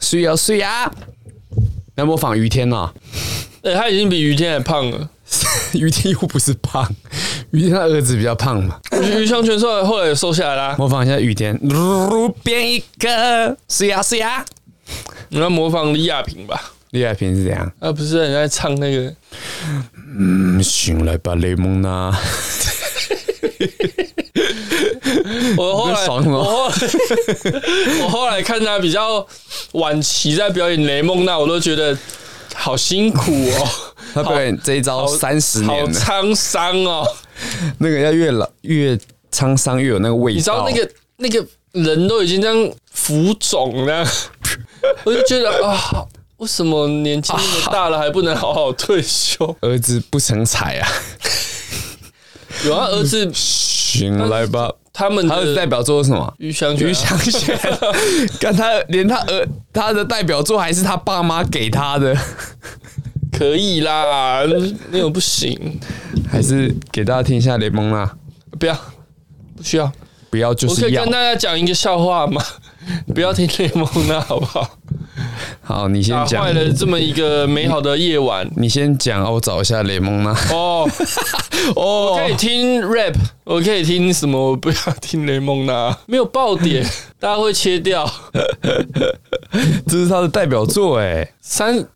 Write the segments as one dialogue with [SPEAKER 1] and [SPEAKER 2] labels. [SPEAKER 1] 睡啊睡啊！要模仿于天呐、啊
[SPEAKER 2] 哎、他已经比于天还胖了。
[SPEAKER 1] 于天又不是胖，于天他儿子比较胖嘛。
[SPEAKER 2] 于于香全帅后来也瘦下来啦。
[SPEAKER 1] 模仿一下雨天，路边一个，啊是呀是呀。
[SPEAKER 2] 你要模仿李亚平吧？
[SPEAKER 1] 李亚平是怎样？
[SPEAKER 2] 啊，不是很爱唱 那个
[SPEAKER 1] 嗯，醒来吧，雷蒙 娜。
[SPEAKER 2] 我后
[SPEAKER 1] 你在
[SPEAKER 2] 来，
[SPEAKER 1] 爽什么
[SPEAKER 2] 我后来我后来 看他比较晚期在表演雷梦娜，我都觉得好辛苦 哦，
[SPEAKER 1] 他表演这一招
[SPEAKER 2] 好
[SPEAKER 1] 三十
[SPEAKER 2] 好
[SPEAKER 1] 年了，
[SPEAKER 2] 沧桑哦。
[SPEAKER 1] 那个要越老越沧桑越有那个味道。
[SPEAKER 2] 你知道那个那个人都已经这样浮肿了， 我就觉得啊，为什么年纪那么大了还不能好好退休？
[SPEAKER 1] 儿子不成才啊？
[SPEAKER 2] 有啊，儿子
[SPEAKER 1] 醒来吧，
[SPEAKER 2] 他们
[SPEAKER 1] 他儿子代
[SPEAKER 2] 的
[SPEAKER 1] 表作是什么？
[SPEAKER 2] 于祥全啊
[SPEAKER 1] 于祥轩，
[SPEAKER 2] 呃
[SPEAKER 1] 看他连他儿他的代表作还是他爸妈给他的，
[SPEAKER 2] 可以啦，那种不行，
[SPEAKER 1] 还是给大家听一下雷蒙娜，
[SPEAKER 2] 不要，不需要。
[SPEAKER 1] 不要就
[SPEAKER 2] 我可
[SPEAKER 1] 是
[SPEAKER 2] 以
[SPEAKER 1] 要
[SPEAKER 2] 跟大家讲一个笑话吗？ 不要听雷蒙娜好不好？
[SPEAKER 1] 好， 你先
[SPEAKER 2] 打
[SPEAKER 1] 讲
[SPEAKER 2] 坏，了这么一个美好的 夜晚
[SPEAKER 1] 你先讲，我找一下雷蒙娜。
[SPEAKER 2] 哦。我
[SPEAKER 1] 哦
[SPEAKER 2] 可以听 rap，我可以听什么？我不要听雷蒙娜，没有爆点， 大家会切掉。
[SPEAKER 1] 这是他的代表作哎，
[SPEAKER 2] 三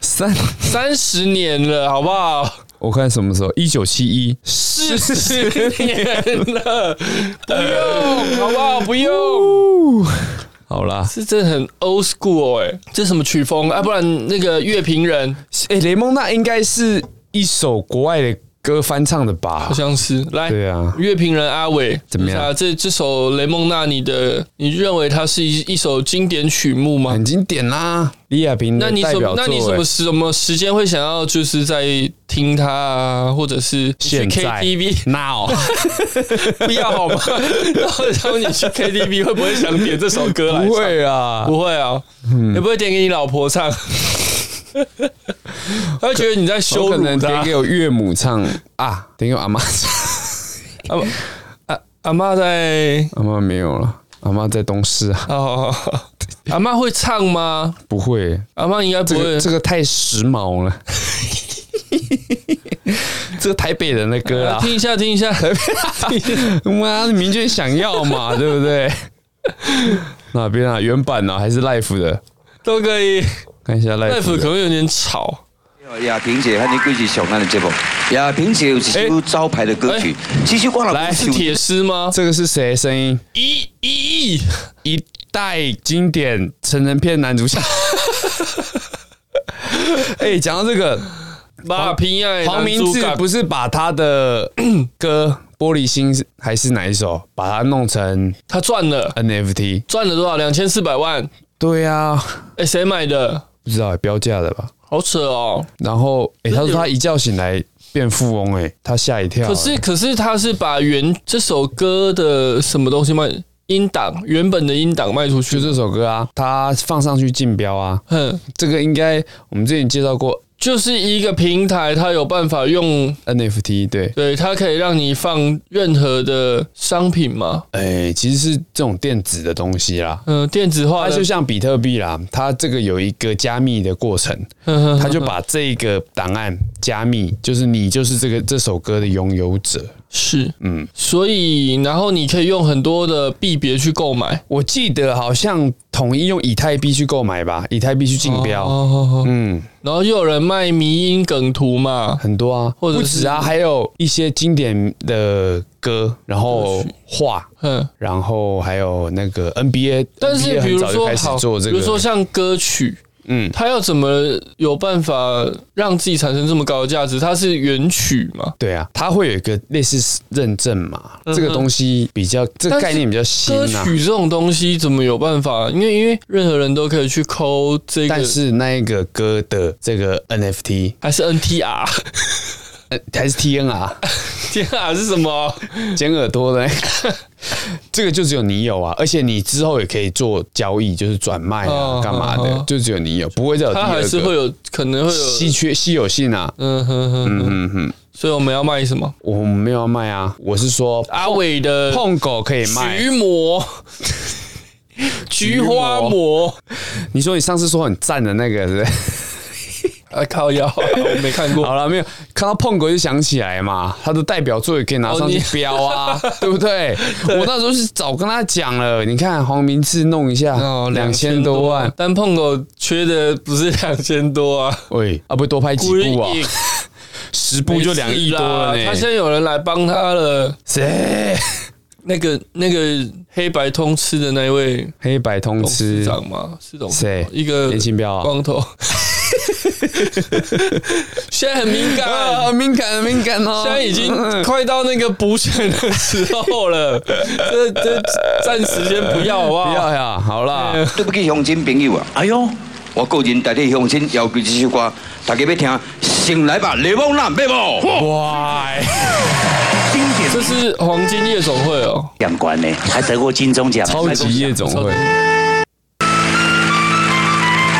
[SPEAKER 1] 三，
[SPEAKER 2] 三十年了，好不好？
[SPEAKER 1] 我看什么时候？一九七一，
[SPEAKER 2] 四十年了，不用，好不好？不用。
[SPEAKER 1] 好啦，
[SPEAKER 2] 这真的很 old school 哎、这什么曲风啊？不然那个乐评人
[SPEAKER 1] 哎、雷蒙娜应该是一首国外的歌翻唱的吧
[SPEAKER 2] 好？像是来，
[SPEAKER 1] 对啊
[SPEAKER 2] 乐评人阿伟
[SPEAKER 1] 怎么样
[SPEAKER 2] 啊？这这首《雷蒙娜》，你的你认为它是一一首经典曲目吗？
[SPEAKER 1] 很经典啦，李亚平
[SPEAKER 2] 那
[SPEAKER 1] 的
[SPEAKER 2] 你
[SPEAKER 1] 代
[SPEAKER 2] 什
[SPEAKER 1] 表
[SPEAKER 2] 么？
[SPEAKER 1] 作、哎
[SPEAKER 2] 那你什么什么时间会想要就是在听它啊，或者是你去
[SPEAKER 1] 现在
[SPEAKER 2] KTV？
[SPEAKER 1] now
[SPEAKER 2] 不要好 吗？然后然后你去 KTV 会不会想点这首歌来唱？
[SPEAKER 1] 不会啊，
[SPEAKER 2] 不会啊，你不会点给你老 婆唱？她会觉得你在羞
[SPEAKER 1] 我可
[SPEAKER 2] 辱
[SPEAKER 1] 能
[SPEAKER 2] 她
[SPEAKER 1] 点。给我岳母唱啊，点给我阿妈唱，
[SPEAKER 2] 阿嬷阿啊阿妈在
[SPEAKER 1] 阿妈没有了，阿妈在东市啊，
[SPEAKER 2] 哦， 阿妈会唱吗？
[SPEAKER 1] 不会，
[SPEAKER 2] 阿妈应该不
[SPEAKER 1] 这
[SPEAKER 2] 会
[SPEAKER 1] 个。这个太时髦 了，这个台北人的歌
[SPEAKER 2] 啊
[SPEAKER 1] 啊，
[SPEAKER 2] 听一下，听一下，
[SPEAKER 1] 呃妈，明确想要嘛， 对不对？哪边啊？原版啊，还是 life 的？
[SPEAKER 2] 都可以。
[SPEAKER 1] 看一下
[SPEAKER 2] 大
[SPEAKER 1] life
[SPEAKER 2] 夫
[SPEAKER 1] 的
[SPEAKER 2] 可能有点吵，
[SPEAKER 3] 亚萍哎姐和您继续上咱的节目。亚萍姐有一首招牌的歌曲，其实我
[SPEAKER 2] 来
[SPEAKER 3] 哎来
[SPEAKER 2] 是铁丝吗？
[SPEAKER 1] 这个是谁的声音？
[SPEAKER 2] 一一一，
[SPEAKER 1] 一代经典成人片男主 角。哎、讲到这个，
[SPEAKER 2] 马平爱
[SPEAKER 1] 黄明志不
[SPEAKER 2] 是
[SPEAKER 1] 是把他的 歌《玻璃心》还是哪一首，把它弄成
[SPEAKER 2] 他赚了，
[SPEAKER 1] NFT？
[SPEAKER 2] 赚了多少？两千四百万。
[SPEAKER 1] 对啊，
[SPEAKER 2] 哎，谁买的？
[SPEAKER 1] 不知道、标价的吧？
[SPEAKER 2] 好扯哦！
[SPEAKER 1] 然后，哎、他说他一觉醒来变富翁、哎，他吓一跳、
[SPEAKER 2] 可是可是他是把原这首歌的什么东西卖音档原本的音档卖出
[SPEAKER 1] 就
[SPEAKER 2] 去，
[SPEAKER 1] 这首歌啊，它放上去竞标啊，
[SPEAKER 2] 哼，
[SPEAKER 1] 这个应该我们之前介绍过
[SPEAKER 2] 就是一个平台，它有办法用，
[SPEAKER 1] NFT，对，
[SPEAKER 2] 对，它可以让你放任何的商品嘛，
[SPEAKER 1] 哎、其实是这种电子的东西啦，
[SPEAKER 2] 嗯，电子化
[SPEAKER 1] 它
[SPEAKER 2] 的
[SPEAKER 1] 就，像比特币啦，它这个有一个加密的过程，
[SPEAKER 2] 哼
[SPEAKER 1] 它
[SPEAKER 2] 哼
[SPEAKER 1] 就把这个档案加密，就是你就是这个这首歌的拥有者。
[SPEAKER 2] 是，嗯，所以然后你可以用很多的币别去购买，
[SPEAKER 1] 我记得好像统一用以太币去购买吧，以太币去竞标，
[SPEAKER 2] 哦，
[SPEAKER 1] 嗯，
[SPEAKER 2] 然后又有人卖迷因梗图嘛，
[SPEAKER 1] 很多啊，
[SPEAKER 2] 或者
[SPEAKER 1] 不
[SPEAKER 2] 是
[SPEAKER 1] 止啊，还有一些经典的歌，然后画。
[SPEAKER 2] 嗯，
[SPEAKER 1] 然后还有那个 NBA，
[SPEAKER 2] 但是
[SPEAKER 1] NBA
[SPEAKER 2] 比
[SPEAKER 1] 很
[SPEAKER 2] 如
[SPEAKER 1] 早就
[SPEAKER 2] 说
[SPEAKER 1] 开始
[SPEAKER 2] 好，
[SPEAKER 1] 做这
[SPEAKER 2] 比如说
[SPEAKER 1] 个，
[SPEAKER 2] 像歌曲，
[SPEAKER 1] 嗯，
[SPEAKER 2] 他要怎么有办法让自己产生这么高的价值？它是原曲嘛，
[SPEAKER 1] 对啊，它会有一个类似认证嘛，这个东西比较，这个
[SPEAKER 2] 嗯但是
[SPEAKER 1] 概念比较新
[SPEAKER 2] 歌
[SPEAKER 1] 啊。
[SPEAKER 2] 曲这种东西怎么有办法？因为因为任何人都可以去抠这个
[SPEAKER 1] 但，是那一个歌的这个 NFT
[SPEAKER 2] 还是 NTR？
[SPEAKER 1] 呃还是 TNR
[SPEAKER 2] 天啊，是什么？
[SPEAKER 1] 剪耳朵的那个，这个就只有你有啊，而且你之后也可以做交易，就是转卖啊
[SPEAKER 2] 哦，
[SPEAKER 1] 干嘛的
[SPEAKER 2] 哦，
[SPEAKER 1] 就只有你有，不会再有第
[SPEAKER 2] 它
[SPEAKER 1] 二
[SPEAKER 2] 还是会
[SPEAKER 1] 个。
[SPEAKER 2] 有可能会
[SPEAKER 1] 稀
[SPEAKER 2] 有，
[SPEAKER 1] 缺稀有性啊，
[SPEAKER 2] 嗯哼哼哼哼。所以我们要卖什么？
[SPEAKER 1] 我们没有要卖
[SPEAKER 2] 呃
[SPEAKER 1] 啊，我是说
[SPEAKER 2] 阿伟的
[SPEAKER 1] 碰狗可以卖，
[SPEAKER 2] 徐模菊花魔，
[SPEAKER 1] 你说你上次说很赞的那个，是不是？
[SPEAKER 2] 啊靠腰，我没看过。
[SPEAKER 1] 好了，没有看到碰哥就想起来嘛，他的代表作也可以拿
[SPEAKER 2] 哦
[SPEAKER 1] 上去标 啊，对不对？我那时候是早跟他讲了，你看黄明志弄一下，
[SPEAKER 2] 哦
[SPEAKER 1] 两千多万，，
[SPEAKER 2] 但碰狗缺的不是两千多啊，
[SPEAKER 1] 喂，啊，不多拍几
[SPEAKER 2] 故意
[SPEAKER 1] 部啊，十部就两亿多了
[SPEAKER 2] 他
[SPEAKER 1] 呢。
[SPEAKER 2] 现在有人来帮他了，
[SPEAKER 1] 谁？
[SPEAKER 2] 那个那个黑白通吃的那一位
[SPEAKER 1] 黑白通
[SPEAKER 2] 董事
[SPEAKER 1] 吃，
[SPEAKER 2] 长嘛，是董事
[SPEAKER 1] 谁
[SPEAKER 2] 一个
[SPEAKER 1] 严清标啊，
[SPEAKER 2] 光头， 现在很敏感。
[SPEAKER 1] 啊，敏感敏感哦，
[SPEAKER 2] 现在已 经快到那个补选的时候了，这这暂时先不要好不
[SPEAKER 1] 不
[SPEAKER 2] 好？
[SPEAKER 1] 要呀，好啦，
[SPEAKER 3] 对不起，乡亲朋友啊！哎呦，我个人代替乡亲要求这首歌，大家要听，醒来吧，雷梦兰，贝不？
[SPEAKER 1] 哇，
[SPEAKER 4] 经典
[SPEAKER 2] 这是黄金夜总会哦，
[SPEAKER 4] 两冠呢，还得过金钟奖，
[SPEAKER 1] 超级夜总会，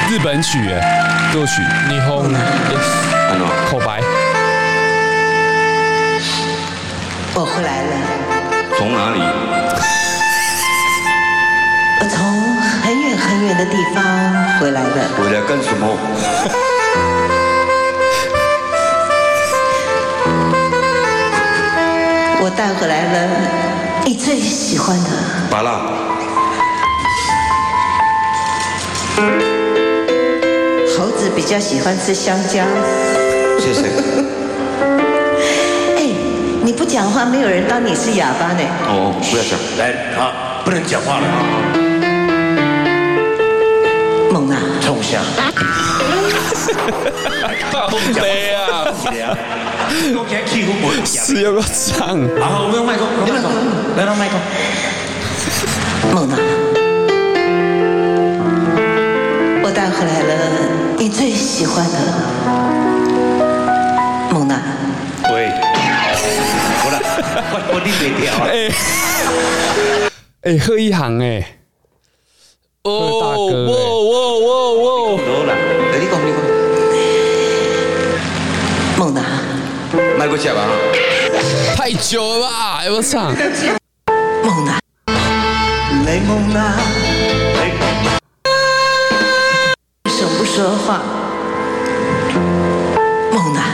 [SPEAKER 1] 日本曲哎，歌曲
[SPEAKER 2] 霓虹。
[SPEAKER 1] 嗯
[SPEAKER 3] 安怎？
[SPEAKER 1] 口白。
[SPEAKER 5] 我回来了，
[SPEAKER 3] 从哪里？
[SPEAKER 5] 我从很远很远的地方回来了，
[SPEAKER 3] 回来干什么？
[SPEAKER 5] 我带回来了你最喜欢的
[SPEAKER 3] 巴拉，
[SPEAKER 5] 猴子，比较喜欢吃香蕉。
[SPEAKER 3] 谢谢。
[SPEAKER 5] 哎，你不讲话，没有人当你是哑巴呢。
[SPEAKER 3] 哦，不要讲。
[SPEAKER 4] 来啊，不能讲话了，
[SPEAKER 5] 猛啊，
[SPEAKER 4] 冲下。
[SPEAKER 2] 靠背啊！
[SPEAKER 4] 我今天气氛不会讲
[SPEAKER 1] 是有个唱，
[SPEAKER 4] 好，我们用麦克，用麦克，来到麦克。
[SPEAKER 5] 猛啊！我带回来了你最喜欢的猛啊！
[SPEAKER 4] 喂，好了，我我你别掉啊了。
[SPEAKER 1] 哎、贺一航哎、
[SPEAKER 2] 哦，哇
[SPEAKER 1] 大哥哎
[SPEAKER 2] 哇哇哇！
[SPEAKER 4] 好了，
[SPEAKER 3] 哎， 你讲，你讲，
[SPEAKER 5] 猛啊！
[SPEAKER 3] 卖过接吧。
[SPEAKER 1] 太久了吧？有没有唱？
[SPEAKER 5] 猛啊！
[SPEAKER 4] 雷蒙娜，
[SPEAKER 5] 手不说话，猛啊！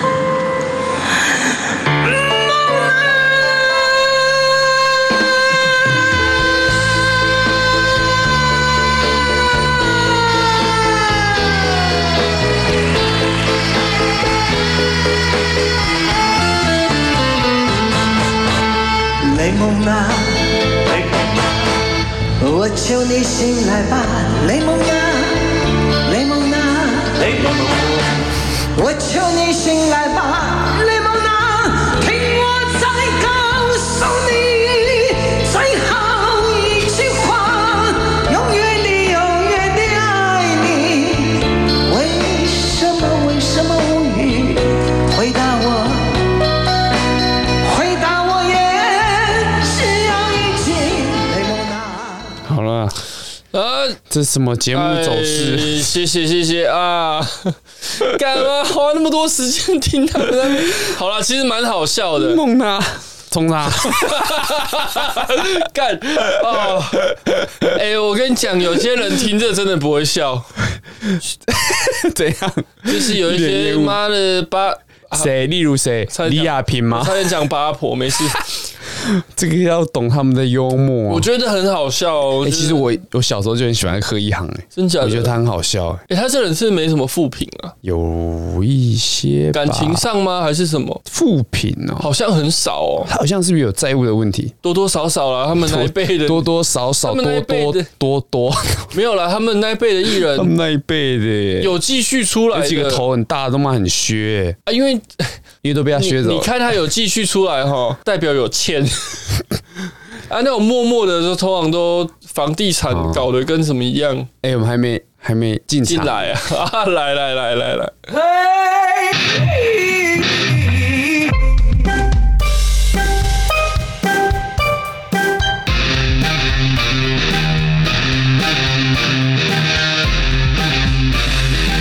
[SPEAKER 4] 雷蒙娜，雷蒙娜，
[SPEAKER 5] 我求你醒来吧，雷蒙娜，雷蒙娜，
[SPEAKER 4] 雷蒙娜，
[SPEAKER 5] 我求你醒来吧，雷蒙娜，听我再告诉你最后一句话，永远的，永远的爱你。为什么，为什么无语？回答我，回答我也只有一句，雷蒙娜。
[SPEAKER 1] 好了，
[SPEAKER 2] 啊，
[SPEAKER 1] 这什么节目嗯走势？
[SPEAKER 2] 哎谢谢谢谢啊！干嘛花那么多时间听他们在那边？好啦，其实蛮好笑的。
[SPEAKER 1] 梦他，冲他！
[SPEAKER 2] 干哦，哎、我跟你讲，有些人听这真的不会笑，
[SPEAKER 1] 怎样？
[SPEAKER 2] 就是有一
[SPEAKER 1] 一脸
[SPEAKER 2] 些
[SPEAKER 1] 烟雾
[SPEAKER 2] 妈的八，
[SPEAKER 1] 谁？例如谁
[SPEAKER 2] 差？点讲
[SPEAKER 1] 李亚平吗
[SPEAKER 2] 差？点讲八婆，没事，
[SPEAKER 1] 这个要懂他们的幽默、
[SPEAKER 2] 我觉得很好笑、哦。
[SPEAKER 1] 哎、
[SPEAKER 2] 我觉得
[SPEAKER 1] 其实我我小时候就很喜欢贺一航、哎，
[SPEAKER 2] 真假的
[SPEAKER 1] 我觉得他很好笑、哎
[SPEAKER 2] 哎、他这人是没什么负评啊，
[SPEAKER 1] 有一些吧
[SPEAKER 2] 感情上吗？还是什么？
[SPEAKER 1] 负评哦，
[SPEAKER 2] 好像很少哦，
[SPEAKER 1] 他好像是不是有债务的问题？
[SPEAKER 2] 多多少少啦，他们那一辈的
[SPEAKER 1] 多多少少，
[SPEAKER 2] 他们
[SPEAKER 1] 多
[SPEAKER 2] 那一辈
[SPEAKER 1] 多
[SPEAKER 2] 的
[SPEAKER 1] 多 多，
[SPEAKER 2] 没有啦，他们那一辈的 艺
[SPEAKER 1] 他
[SPEAKER 2] 人
[SPEAKER 1] 们那一辈的、哎
[SPEAKER 2] 有继续出来
[SPEAKER 1] 有
[SPEAKER 2] 的，
[SPEAKER 1] 几个头很大，他妈很削、哎
[SPEAKER 2] 啊，因为
[SPEAKER 1] 因为都被 他
[SPEAKER 2] 你
[SPEAKER 1] 削走了。
[SPEAKER 2] 你看他有继续出来哈，代表有 欠。啊，那种默默的，就通常都房地产
[SPEAKER 1] 哦
[SPEAKER 2] 搞得跟什么一样
[SPEAKER 1] 哎、我们还没还没进
[SPEAKER 2] 进
[SPEAKER 1] 场，
[SPEAKER 2] 来啊！ 啊，来来来来来，
[SPEAKER 1] 哇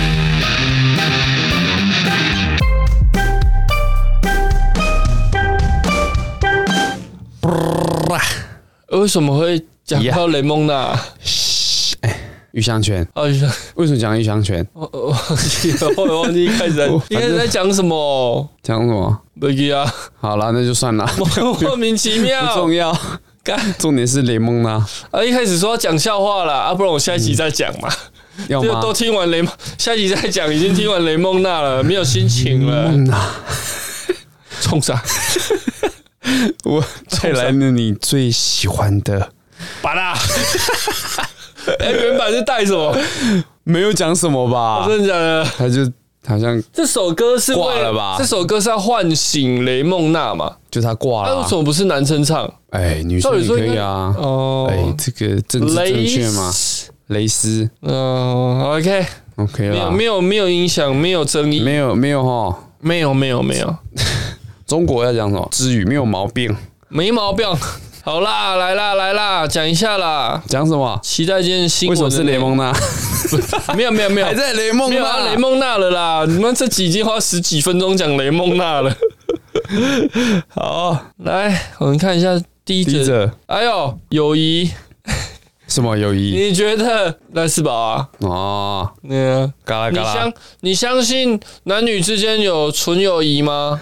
[SPEAKER 2] 为什么会讲到雷蒙娜？
[SPEAKER 1] 鱼香泉，
[SPEAKER 2] 啊，就像
[SPEAKER 1] 为什么讲鱼香泉？
[SPEAKER 2] 我我忘记了，我忘记一开始在 一开始在讲什么，
[SPEAKER 1] 讲什么？
[SPEAKER 2] 那 个啊，
[SPEAKER 1] 好啦，那就算 了，不
[SPEAKER 2] 莫名其妙
[SPEAKER 1] 重。要。
[SPEAKER 2] 干
[SPEAKER 1] 重点是雷蒙 啦，
[SPEAKER 2] 啊！一开始说要讲笑话啦，啊，不然我下一集再讲嘛。
[SPEAKER 1] 嗯要
[SPEAKER 2] 就
[SPEAKER 1] 吗？
[SPEAKER 2] 都听完雷蒙，下一集再讲，已经听完雷蒙娜了，没有心情了。
[SPEAKER 1] 嗯啊
[SPEAKER 2] 冲啥？
[SPEAKER 1] 我再来了你最喜欢的，
[SPEAKER 2] 拔啦！哎，原版是带什么？
[SPEAKER 1] 没有讲什么吧？
[SPEAKER 2] 真的假的？
[SPEAKER 1] 他就好像
[SPEAKER 2] 这首歌是为
[SPEAKER 1] 啊挂了吧
[SPEAKER 2] 这首歌是要唤醒雷梦娜嘛？
[SPEAKER 1] 就他挂
[SPEAKER 2] 那
[SPEAKER 1] 了啊
[SPEAKER 2] 为哎什。么不是男生唱？
[SPEAKER 1] 哎，女
[SPEAKER 2] 照
[SPEAKER 1] 生
[SPEAKER 2] 理
[SPEAKER 1] 也
[SPEAKER 2] 说
[SPEAKER 1] 可
[SPEAKER 2] 应该
[SPEAKER 1] 以啊。
[SPEAKER 2] 哦
[SPEAKER 1] 哎，这个政治正确吗？蕾丝
[SPEAKER 2] 嗯，OK，
[SPEAKER 1] ，OK
[SPEAKER 2] 没有
[SPEAKER 1] 啦，
[SPEAKER 2] 没有没有影响，没有争议，
[SPEAKER 1] 啊没有没有哈。
[SPEAKER 2] 没有没有没有
[SPEAKER 1] 中国要讲什么？知语没有毛病，
[SPEAKER 2] 没毛病。好啦，来啦来啦，讲一下啦。
[SPEAKER 1] 讲什么？
[SPEAKER 2] 期待今天新
[SPEAKER 1] 为
[SPEAKER 2] 闻
[SPEAKER 1] 什
[SPEAKER 2] 的
[SPEAKER 1] 么是雷蒙呢？
[SPEAKER 2] 内容？ 没有没有没有，
[SPEAKER 1] 还在雷蒙
[SPEAKER 2] 没有
[SPEAKER 1] 呢？
[SPEAKER 2] 啊，雷蒙娜了啦！你们这集已经花十几分钟讲雷蒙娜 了。好，来我们看一下第一
[SPEAKER 1] 第一
[SPEAKER 2] 则。
[SPEAKER 1] 者
[SPEAKER 2] 哎呦，友谊，
[SPEAKER 1] 什么友谊？
[SPEAKER 2] 你觉得赖世宝啊？
[SPEAKER 1] 哦，
[SPEAKER 2] 对啊，
[SPEAKER 1] 嘎啦
[SPEAKER 2] 你
[SPEAKER 1] 嘎啦
[SPEAKER 2] 相，你相信男女之间有纯友谊吗？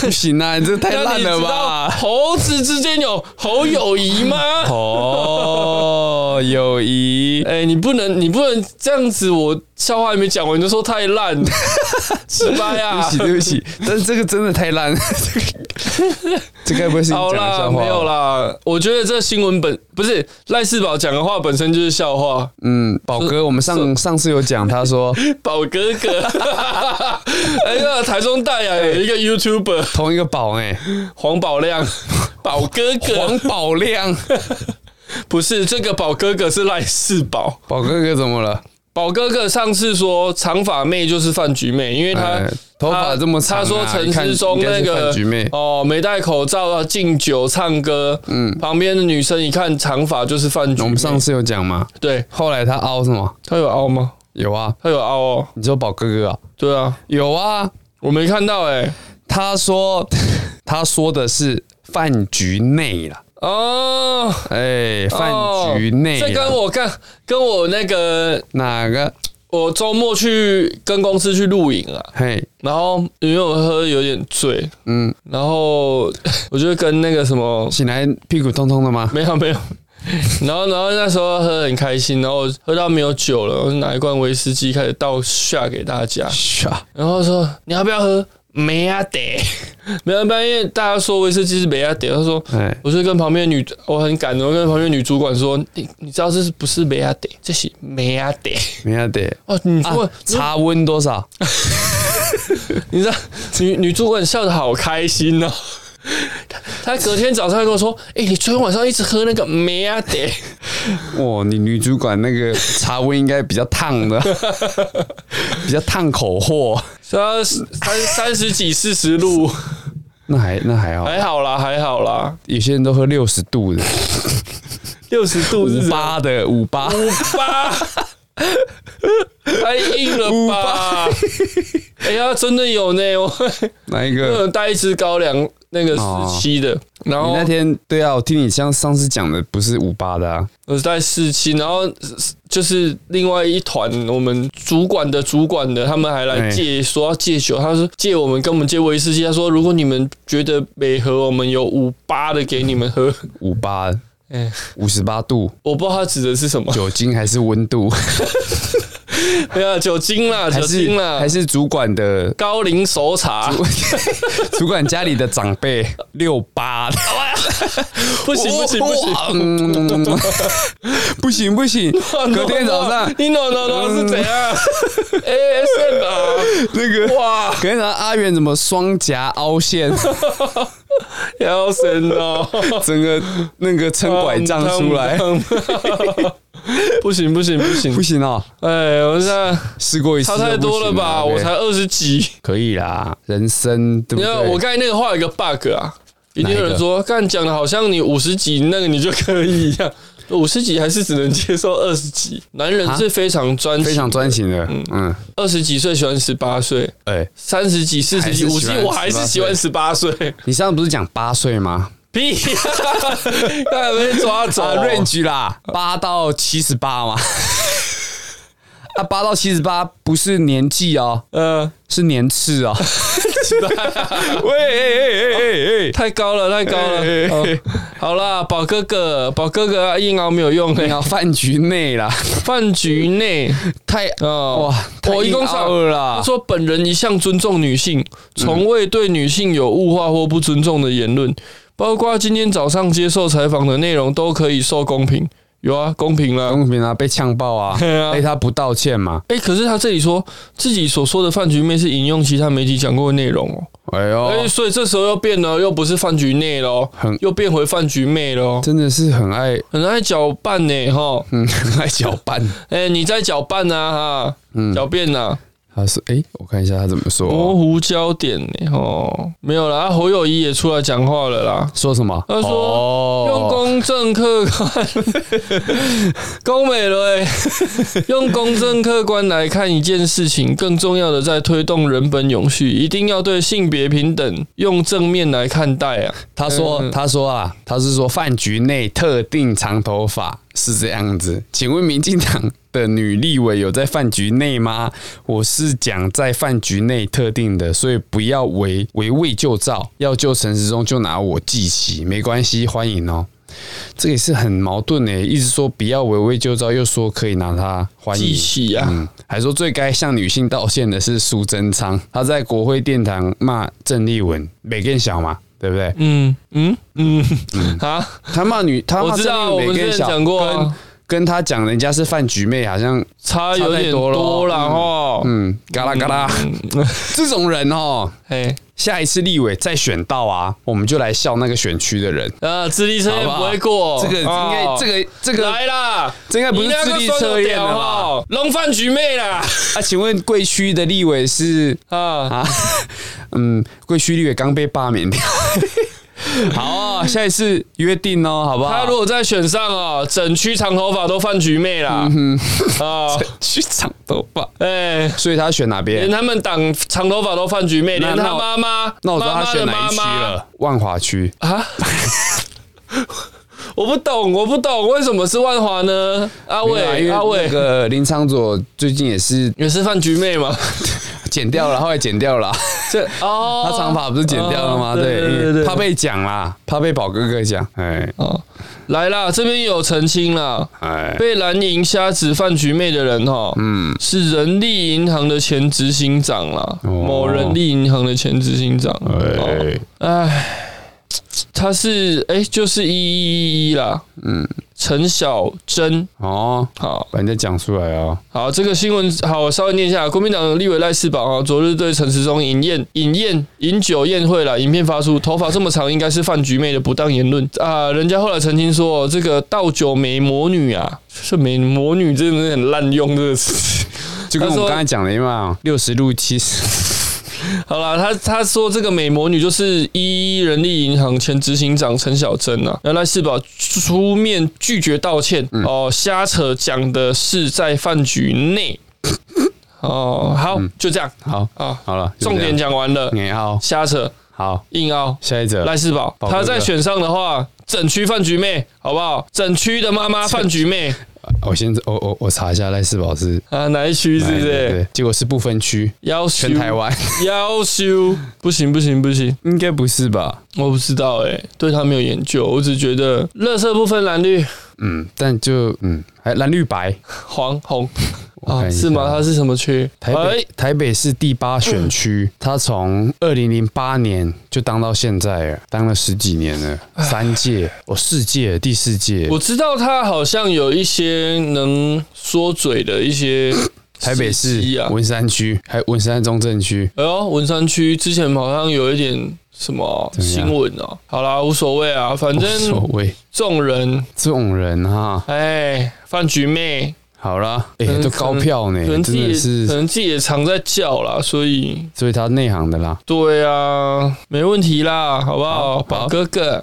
[SPEAKER 1] 不行啊，你这太
[SPEAKER 2] 那
[SPEAKER 1] 烂
[SPEAKER 2] 你
[SPEAKER 1] 了
[SPEAKER 2] 知道
[SPEAKER 1] 吧？
[SPEAKER 2] 猴子之间有猴友 谊吗？
[SPEAKER 1] 哦，友 谊，
[SPEAKER 2] 哎、你不能，你不能这样子，我笑话还没讲完你就说太烂， 失败
[SPEAKER 1] 对
[SPEAKER 2] 啊
[SPEAKER 1] 不！起对不起，但是这个真的太 烂，这个这该不会是你
[SPEAKER 2] 好
[SPEAKER 1] 讲的
[SPEAKER 2] 啦，
[SPEAKER 1] 笑话？
[SPEAKER 2] 没有，啦，我觉得这新闻本不是赖世宝讲的话本身就是笑话，
[SPEAKER 1] 嗯，宝哥，我们上上次有讲，他说
[SPEAKER 2] 宝哥哥， 哎呀，台中大雅有一个 YouTuber
[SPEAKER 1] 同一个宝哎，
[SPEAKER 2] 黄宝 亮，宝哥
[SPEAKER 1] 黄
[SPEAKER 2] 哥
[SPEAKER 1] 宝亮，
[SPEAKER 2] 不是这个宝哥哥是赖世宝，
[SPEAKER 1] 宝哥哥怎么了？
[SPEAKER 2] 宝哥哥上次说长发妹就是饭局妹，因为她、
[SPEAKER 1] 哎头发
[SPEAKER 2] 她
[SPEAKER 1] 这么长啊
[SPEAKER 2] 她说陈思忠
[SPEAKER 1] 你看
[SPEAKER 2] 那
[SPEAKER 1] 应该是
[SPEAKER 2] 个
[SPEAKER 1] 饭局妹
[SPEAKER 2] 哦没戴口罩啊敬酒唱歌，嗯，旁边的女生一看长发就是饭局妹，
[SPEAKER 1] 我们上次有讲嘛，
[SPEAKER 2] 对
[SPEAKER 1] 后来他凹什么？
[SPEAKER 2] 她有凹吗？
[SPEAKER 1] 有啊，
[SPEAKER 2] 她有凹哦。
[SPEAKER 1] 你说宝哥哥啊？
[SPEAKER 2] 对啊，
[SPEAKER 1] 有啊，
[SPEAKER 2] 我没看到哎、
[SPEAKER 1] 他说 他说的是饭局内啦，
[SPEAKER 2] 哦，
[SPEAKER 1] 哎，饭局内啦，
[SPEAKER 2] 这跟我干，跟我那个，
[SPEAKER 1] 哪个？
[SPEAKER 2] 我周末去跟公司去露营啊，
[SPEAKER 1] 嘿，
[SPEAKER 2] 然后因为我喝有点醉，嗯，然后 我就跟那个什么，
[SPEAKER 1] 醒来屁股痛痛的吗？
[SPEAKER 2] 没有没有。然后，然后那时候喝得很开心，然后我喝到没有酒了，我就拿一罐威士忌开始倒下给大家。
[SPEAKER 1] 下
[SPEAKER 2] 然后说你要不要喝？没啊得，没有没有，因为大家说威士忌是没啊得，他说
[SPEAKER 1] 哎，
[SPEAKER 2] 我就跟旁边的女，我很感动，我跟旁边的女主管说，你你知道这是不是梅亚得？这是梅亚得
[SPEAKER 1] 没下得
[SPEAKER 2] 哦。女主
[SPEAKER 1] 啊
[SPEAKER 2] 管，，
[SPEAKER 1] 茶温多少？
[SPEAKER 2] 你知道女女主管笑得好开心哦。她她隔天早上还跟我说，哎、你昨天晚上一直喝那个梅亚得，
[SPEAKER 1] 哇，你女主管那个茶温应该比较烫的， 比较烫口货。
[SPEAKER 2] 她三三十几四十度，
[SPEAKER 1] 那还那还好，
[SPEAKER 2] 还好啦，还好啦，
[SPEAKER 1] 有些人都喝六十度的、
[SPEAKER 2] 六十度是
[SPEAKER 1] 五
[SPEAKER 2] 什么
[SPEAKER 1] 八的、五八。
[SPEAKER 2] 五八，太硬了吧？哎呀，真的有呢，我
[SPEAKER 1] 哪一
[SPEAKER 2] 我
[SPEAKER 1] 个？
[SPEAKER 2] 有带一只高粱那个四七的，然
[SPEAKER 1] 你
[SPEAKER 2] 后
[SPEAKER 1] 那天对啊，我听你像上次讲的不是五八的啊，
[SPEAKER 2] 我是带四七，然后就是另外一团我们主管的主管的，他们还来
[SPEAKER 1] 哎
[SPEAKER 2] 借，说要借酒，他说借我们跟我们借威士忌，他说如果你们觉得美和，我们有五八的给你们喝，
[SPEAKER 1] 五八
[SPEAKER 2] 哎，
[SPEAKER 1] 五十八度，
[SPEAKER 2] 我不知道他指的是什么，
[SPEAKER 1] 酒精还是温度，
[SPEAKER 2] 对啊，酒精啦，
[SPEAKER 1] 还
[SPEAKER 2] 酒精
[SPEAKER 1] 是
[SPEAKER 2] 啦
[SPEAKER 1] 还。是主管的
[SPEAKER 2] 高粱熟茶
[SPEAKER 1] 主管家里的长辈六八，
[SPEAKER 2] 哎不行不行不行，
[SPEAKER 1] 行，嗯不行不行， 隔天早上嗯
[SPEAKER 2] 你 no no no 是怎样 ？ASM 啊，
[SPEAKER 1] 那个
[SPEAKER 2] 哇
[SPEAKER 1] 隔天早上阿元怎么双颊凹陷，
[SPEAKER 2] 要神哦， 嗯
[SPEAKER 1] 整个那个撑拐杖出 来，
[SPEAKER 2] 不行不行不行
[SPEAKER 1] 不！行哦，
[SPEAKER 2] 哎，我现在
[SPEAKER 1] 试过一次
[SPEAKER 2] 差
[SPEAKER 1] 就不行
[SPEAKER 2] 太
[SPEAKER 1] 了
[SPEAKER 2] 多了吧？我
[SPEAKER 1] OK
[SPEAKER 2] 才二十几。
[SPEAKER 1] 可以啦，人生对不
[SPEAKER 2] 你看
[SPEAKER 1] 对？
[SPEAKER 2] 我刚才那个话有一个 bug 啊，一
[SPEAKER 1] 哪
[SPEAKER 2] 定有
[SPEAKER 1] 一
[SPEAKER 2] 人
[SPEAKER 1] 个
[SPEAKER 2] 说，干讲的好像你五十几那个你就可以一样，五十几还是只能接受二十几。男人是非常专，
[SPEAKER 1] 非常专。情的，嗯，
[SPEAKER 2] 二十几岁喜欢十八岁，
[SPEAKER 1] 哎，
[SPEAKER 2] 三十几、四十
[SPEAKER 1] 还
[SPEAKER 2] 几、
[SPEAKER 1] 是
[SPEAKER 2] 五
[SPEAKER 1] 喜
[SPEAKER 2] 十
[SPEAKER 1] 欢
[SPEAKER 2] 几，我还是喜欢十八岁。
[SPEAKER 1] 你上次不是讲八岁吗？
[SPEAKER 2] 屁呀、他还被抓 走、
[SPEAKER 1] 啊，range 啦，八到七十八嘛。 啊，八到七十八不是年纪哦，
[SPEAKER 2] 嗯，
[SPEAKER 1] 是年次哦。喂，哎哎哎哎
[SPEAKER 2] 太高了，太高了。
[SPEAKER 1] 哎
[SPEAKER 2] 哦好啦，宝哥哥，宝哥哥啊硬熬没有用
[SPEAKER 1] 哎，你
[SPEAKER 2] 欸，
[SPEAKER 1] 要饭局内啦，
[SPEAKER 2] 饭局内。
[SPEAKER 1] 太
[SPEAKER 2] 哦，
[SPEAKER 1] 哇，太
[SPEAKER 2] 我一共
[SPEAKER 1] 硬凹了啦
[SPEAKER 2] 他。啊说本人一向尊重女
[SPEAKER 1] 嗯
[SPEAKER 2] 性，从未对女性有物化或不尊重的言论，包括今天早上接受采访的内容都可以受公平。有啊，公平啦。
[SPEAKER 1] 公平啊，被呛爆啊！
[SPEAKER 2] 对啊
[SPEAKER 1] 哎，他不道歉嘛？
[SPEAKER 2] 哎、可是他这里说自己所说的饭局内是引用其他媒体讲过的内容哦，
[SPEAKER 1] 哎
[SPEAKER 2] 哎、
[SPEAKER 1] 呦，
[SPEAKER 2] 所以这时候又变了，又不是饭局内喽
[SPEAKER 1] 很，
[SPEAKER 2] 又变回饭局妹喽，
[SPEAKER 1] 真的是很爱，
[SPEAKER 2] 很爱搅拌呢哈，
[SPEAKER 1] 嗯，很爱搅 拌。嗯
[SPEAKER 2] 哎、你在搅拌啊哈，狡辩呐、
[SPEAKER 1] 他说：“哎，我看一下他怎么
[SPEAKER 2] 模
[SPEAKER 1] 说，哦
[SPEAKER 2] 糊焦点呢哦，没有啦，啊侯友谊也出来讲话了啦，
[SPEAKER 1] 说什么？
[SPEAKER 2] 他说
[SPEAKER 1] 哦
[SPEAKER 2] 用公正客观，公美了、欸，用公正客观来看一件事情，更重要的在推动人本永续，一定要对性别平等用正面来看待啊。
[SPEAKER 1] 他说：“他说啊，他是说饭局内特定长头发是这样子。请问民进党的女立委有在饭局内吗？我是讲在饭局内特定的，所以不要围围魏救赵，要救陈时中就拿我记起，没关系，欢迎哦。”这也是很矛盾诶，一直说不要围魏救赵，又说可以拿他欢迎
[SPEAKER 2] 记起啊
[SPEAKER 1] 嗯，还说最该向女性道歉的是苏贞昌，他在国会殿堂骂郑丽文，没更小嘛，对不对？
[SPEAKER 2] 嗯嗯嗯 啊，
[SPEAKER 1] 他骂女，他骂
[SPEAKER 2] 我知
[SPEAKER 1] 郑
[SPEAKER 2] 道
[SPEAKER 1] 丽
[SPEAKER 2] 我
[SPEAKER 1] 文
[SPEAKER 2] 们
[SPEAKER 1] 每
[SPEAKER 2] 之
[SPEAKER 1] 个
[SPEAKER 2] 前
[SPEAKER 1] 小
[SPEAKER 2] 讲过
[SPEAKER 1] 跟
[SPEAKER 2] 啊
[SPEAKER 1] 跟他讲人家是饭局妹，好像
[SPEAKER 2] 差有
[SPEAKER 1] 差太
[SPEAKER 2] 点
[SPEAKER 1] 多了哦
[SPEAKER 2] 多了嗯哦。
[SPEAKER 1] 嗯，嘎啦嘎啦，这种人哦，
[SPEAKER 2] 哎、
[SPEAKER 1] 下一次立委再选到啊，我们就来笑那个选区的人，
[SPEAKER 2] 啊，智力测验
[SPEAKER 1] 好不
[SPEAKER 2] 不
[SPEAKER 1] 好
[SPEAKER 2] 会过，
[SPEAKER 1] 这个应该
[SPEAKER 2] 哦，
[SPEAKER 1] 这个这个
[SPEAKER 2] 来啦，
[SPEAKER 1] 这应该不是
[SPEAKER 2] 你那个
[SPEAKER 1] 智力
[SPEAKER 2] 算得
[SPEAKER 1] 测验
[SPEAKER 2] 了
[SPEAKER 1] 了吧
[SPEAKER 2] 哦，龙饭局妹啦
[SPEAKER 1] 啊，请问贵区的立委是
[SPEAKER 2] 啊。
[SPEAKER 1] 啊， 嗯，贵区立委刚被罢免掉。 好、哦，下一次约定哦，好不好？
[SPEAKER 2] 他如果再选上哦，整区长头发都饭局妹啦。
[SPEAKER 1] 嗯
[SPEAKER 2] 啊，
[SPEAKER 1] 去长头发，
[SPEAKER 2] 哎，
[SPEAKER 1] 所以他选哪边
[SPEAKER 2] 连？他们党长头发都饭局妹，
[SPEAKER 1] 那
[SPEAKER 2] 连他
[SPEAKER 1] 那我
[SPEAKER 2] 妈妈，
[SPEAKER 1] 那我知道他选哪一区
[SPEAKER 2] 妈妈的妈妈
[SPEAKER 1] 了，万华区。
[SPEAKER 2] 啊。 我不懂，我不懂，为什么是万华呢？阿
[SPEAKER 1] 对，
[SPEAKER 2] 伟，阿
[SPEAKER 1] 啊因为
[SPEAKER 2] 伟
[SPEAKER 1] 那个林昌佐最近也是
[SPEAKER 2] 也是饭局妹嘛？
[SPEAKER 1] 剪掉了，后来剪掉了，
[SPEAKER 2] 这哦，
[SPEAKER 1] 他长发不是剪掉了吗？
[SPEAKER 2] 哦对对对对
[SPEAKER 1] 怕被讲啦，怕被宝哥哥讲。哎
[SPEAKER 2] 哦，来啦，这边有澄清啦。
[SPEAKER 1] 哎，
[SPEAKER 2] 被蓝银瞎指饭局妹的人哈，嗯，哦是人力银行的前执行长啦，某人力银行的前执行长。哦
[SPEAKER 1] 哎，
[SPEAKER 2] 哎，他是哎、就是一一一一啦，嗯，陈小珍，
[SPEAKER 1] 哦，
[SPEAKER 2] 好
[SPEAKER 1] 把人家讲出来哦。
[SPEAKER 2] 好，这个新闻好，我稍微念一下，国民党立委赖世宝啊，昨日对陈时中饮宴、饮宴、饮酒宴会啦，影片发出，头发这么长应该是饭局妹的不当言论啊、人家后来澄清说，这个倒酒美魔女啊，这美魔女真的是很滥用这个词。
[SPEAKER 1] 就跟我
[SPEAKER 2] 他
[SPEAKER 1] 们
[SPEAKER 2] 说
[SPEAKER 1] 刚才讲的一样，啊六十路七十，
[SPEAKER 2] 好啦，他他说这个美魔女就是一人力银行前执行长陈小珍啊，原来世宝出面拒绝道歉、
[SPEAKER 1] 嗯
[SPEAKER 2] 哦，瞎扯讲的是在饭局 内。哦，好，就这样
[SPEAKER 1] 好
[SPEAKER 2] 啊，
[SPEAKER 1] 嗯好了，就这
[SPEAKER 2] 重
[SPEAKER 1] 样嗯
[SPEAKER 2] 点。讲完了，
[SPEAKER 1] 你好，
[SPEAKER 2] 瞎扯
[SPEAKER 1] 好，
[SPEAKER 2] 硬凹。
[SPEAKER 1] 下一则
[SPEAKER 2] 赖世宝，
[SPEAKER 1] 嗯宝哥
[SPEAKER 2] 他
[SPEAKER 1] 哥
[SPEAKER 2] 在选上的话，整区饭局妹好不好？整区的妈妈饭局 妹
[SPEAKER 1] 我先我我我查一下赖世宝是
[SPEAKER 2] 啊，哪一区是不
[SPEAKER 1] 对对
[SPEAKER 2] 是？
[SPEAKER 1] 对，结果是不分区，
[SPEAKER 2] 要求
[SPEAKER 1] 全台湾
[SPEAKER 2] 要求不行不行不行，
[SPEAKER 1] 应该不是吧？
[SPEAKER 2] 我不知道哎、对他没有研究，我只觉得垃圾不分蓝绿
[SPEAKER 1] 嗯，但就嗯，还蓝绿白，
[SPEAKER 2] 黄红
[SPEAKER 1] 看
[SPEAKER 2] 啊，
[SPEAKER 1] 一下
[SPEAKER 2] 是吗？他是什么区？哎
[SPEAKER 1] 台北、台北市第八选区，他从二零零八年就当到现在了，当了十几年了，三届，哦，四届，第四届
[SPEAKER 2] 我。知道他好像有一些能说嘴的一些
[SPEAKER 1] 台北
[SPEAKER 2] 时机
[SPEAKER 1] 市
[SPEAKER 2] 啊，
[SPEAKER 1] 文山区，还有文山中正区，
[SPEAKER 2] 哎呦，文山区之前好像有一点什么
[SPEAKER 1] 么样
[SPEAKER 2] 新闻哦、好啦，无所谓啊，反
[SPEAKER 1] 无所
[SPEAKER 2] 正
[SPEAKER 1] 谓，
[SPEAKER 2] 众人
[SPEAKER 1] 这种人哈，
[SPEAKER 2] 哎，饭局妹，
[SPEAKER 1] 好啦，哎、
[SPEAKER 2] 可能
[SPEAKER 1] 都高票呢
[SPEAKER 2] 可能，自
[SPEAKER 1] 真
[SPEAKER 2] 己
[SPEAKER 1] 的
[SPEAKER 2] 也可
[SPEAKER 1] 是，
[SPEAKER 2] 能自己也常在叫啦，所以
[SPEAKER 1] 所以他内行的啦。
[SPEAKER 2] 对啊，没问题啦，好不好，宝哥哥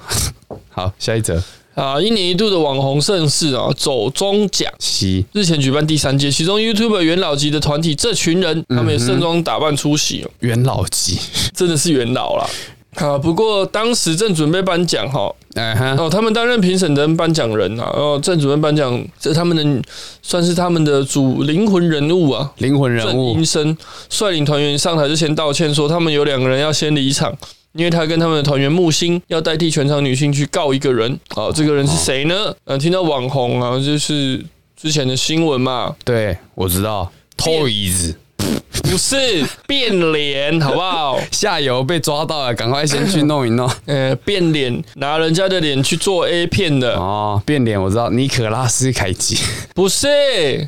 [SPEAKER 1] 好，下一则，
[SPEAKER 2] 啊，一年一度的网红盛事啊，走中奖。
[SPEAKER 1] 西
[SPEAKER 2] 日前举办第三届，其中 YouTuber 元老级的团体这群人，他们也盛装打扮出席哦，
[SPEAKER 1] 元老级，
[SPEAKER 2] 真的是元老啦。啊，不过当时正准备颁奖哈，
[SPEAKER 1] 哎哈，
[SPEAKER 2] 哦，他们担任评审的颁奖人啊，哦，正主任颁奖这他们的算是他们的主灵魂人物啊。
[SPEAKER 1] 灵魂人
[SPEAKER 2] 郑
[SPEAKER 1] 物
[SPEAKER 2] 英生率领团员上台之前道歉说，他们有两个人要先离场，因为他跟他们的团员木星要代替全场女性去告一个人。哦，这个人是谁呢？呃，听到网红啊，就是之前的新闻嘛，
[SPEAKER 1] 对，我知道，偷椅子，
[SPEAKER 2] 不是变脸，好不好？
[SPEAKER 1] 下游被抓到了，赶快先去弄一弄。
[SPEAKER 2] 呃，变脸拿人家的脸去做 A 片的，
[SPEAKER 1] 哦，变脸我知道，尼可拉斯凯奇，
[SPEAKER 2] 不是，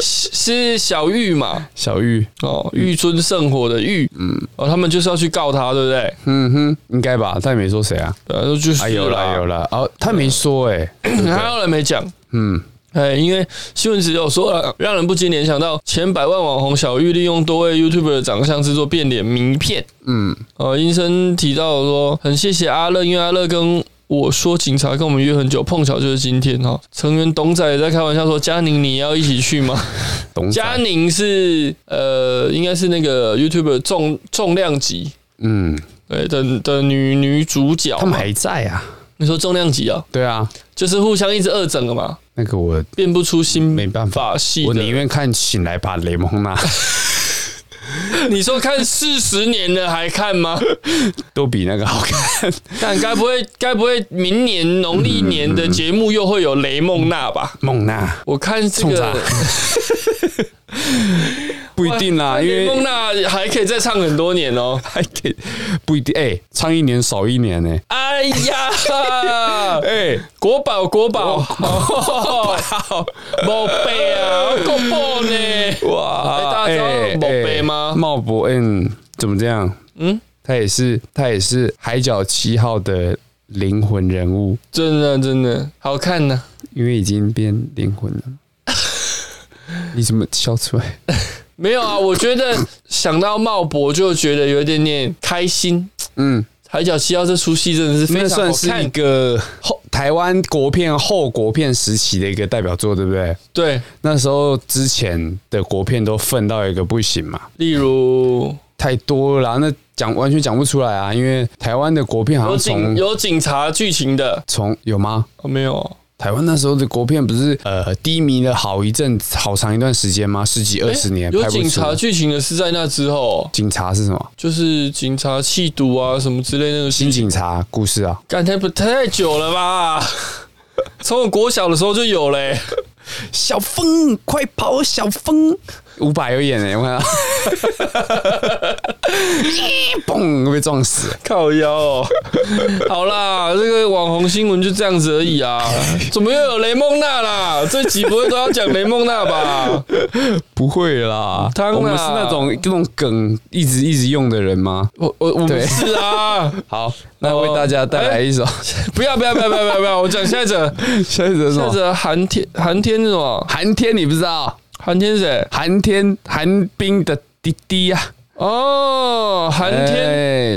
[SPEAKER 2] 是是小玉嘛？
[SPEAKER 1] 小玉，
[SPEAKER 2] 哦，玉尊圣火的玉，嗯，哦，他们就是要去告他，对不对？
[SPEAKER 1] 嗯哼，应该吧？他也没说谁啊？
[SPEAKER 2] 对啊，就是
[SPEAKER 1] 啊，有
[SPEAKER 2] 啦
[SPEAKER 1] 了有了，哦，他没说哎、
[SPEAKER 2] 还有人没讲，嗯。哎，因为新闻只有说了，让人不禁联想到前百万网红小玉利用多位 YouTuber 的长相制作变脸名片。嗯，呃，医生提到说，很谢谢阿乐，因为阿乐跟我说警察跟我们约很久，碰巧就是今天哈、哦。成员董仔也在开玩笑说，佳宁你要一起去吗？
[SPEAKER 1] 董仔
[SPEAKER 2] 佳宁是呃，应该是那个 YouTuber 重重量级，
[SPEAKER 1] 嗯，
[SPEAKER 2] 对的的女女主角嘛，
[SPEAKER 1] 他们还在啊？
[SPEAKER 2] 你说重量级啊，
[SPEAKER 1] 对啊，
[SPEAKER 2] 就是互相一直二整了嘛，
[SPEAKER 1] 那个我
[SPEAKER 2] 变不出新
[SPEAKER 1] 没办法
[SPEAKER 2] 法系的。
[SPEAKER 1] 我宁愿看醒来吧，雷蒙娜
[SPEAKER 2] 你说看四十年了还看吗？
[SPEAKER 1] 都比那个好看。
[SPEAKER 2] 但该不会该不会明年农历年的节目又会有雷梦娜吧？
[SPEAKER 1] 梦娜
[SPEAKER 2] 我看这
[SPEAKER 1] 冲啥
[SPEAKER 2] 个？
[SPEAKER 1] 不一定啦，因
[SPEAKER 2] 雷梦
[SPEAKER 1] 为
[SPEAKER 2] 娜还可以再唱很多年哦。
[SPEAKER 1] 还可以不一定哎、唱一年少一年呢、
[SPEAKER 2] 哎 呀，
[SPEAKER 1] 哎、
[SPEAKER 2] 国宝国宝，好， 宝贝啊，够爆呢！
[SPEAKER 1] 哇，
[SPEAKER 2] 哎大家知道某杯吗
[SPEAKER 1] 茂博，嗯，怎么这样？嗯，他也是，他也是《海角七号》的灵魂人物，
[SPEAKER 2] 真的真的好看呢、
[SPEAKER 1] 因为已经变灵魂了。 你怎么笑出来？
[SPEAKER 2] 没有啊，我觉得想到茂博就觉得有一点点开心。
[SPEAKER 1] 嗯，
[SPEAKER 2] 海角七号这出戏真的是非
[SPEAKER 1] 那
[SPEAKER 2] 常
[SPEAKER 1] 算
[SPEAKER 2] 好
[SPEAKER 1] 是一
[SPEAKER 2] 看，
[SPEAKER 1] 个后台湾国片后国片时期的一个代表作，对不对？
[SPEAKER 2] 对，
[SPEAKER 1] 那时候之前的国片都愤到一个不行嘛，
[SPEAKER 2] 例如
[SPEAKER 1] 太多了啦，那讲完全讲不出来啊，因为台湾的国片好
[SPEAKER 2] 有
[SPEAKER 1] 像
[SPEAKER 2] 警
[SPEAKER 1] 从
[SPEAKER 2] 有警察剧情的，
[SPEAKER 1] 从有吗？
[SPEAKER 2] 哦、没有
[SPEAKER 1] 台湾那时候的国片不是呃低迷了好一阵子好长一段时间吗？十几二十年
[SPEAKER 2] 有
[SPEAKER 1] 拍不
[SPEAKER 2] 警
[SPEAKER 1] 出
[SPEAKER 2] 察
[SPEAKER 1] 来。
[SPEAKER 2] 剧情的是在那之后，
[SPEAKER 1] 警察是什么？
[SPEAKER 2] 就是警察弃毒啊什么之类那个
[SPEAKER 1] 新
[SPEAKER 2] 剧情。
[SPEAKER 1] 警察故事啊，
[SPEAKER 2] 干太不太久了 吧？从我国小的时候就有嘞、
[SPEAKER 1] 小峰快跑，小峰，伍佰有演诶、我看 到，嘣被撞死，
[SPEAKER 2] 靠腰、哦。 好啦，这个网红新闻就这样子而已啊。怎么又有雷梦娜啦？这集不会都要讲雷梦 娜吧？
[SPEAKER 1] 不会啦，
[SPEAKER 2] 当然
[SPEAKER 1] 我们是那种这种梗一直一直用的人吗？
[SPEAKER 2] 我我我们
[SPEAKER 1] 对
[SPEAKER 2] 是 啊，
[SPEAKER 1] 好，那为大家带来一首，
[SPEAKER 2] 哎 不要不要不要不要不要不要！我讲下一则，
[SPEAKER 1] 下一首是什
[SPEAKER 2] 下一
[SPEAKER 1] 么？
[SPEAKER 2] 则寒天寒天是什么？
[SPEAKER 1] 寒天你不知道？
[SPEAKER 2] 寒天是谁？
[SPEAKER 1] 寒天寒冰的滴滴呀、啊。
[SPEAKER 2] 哦，寒天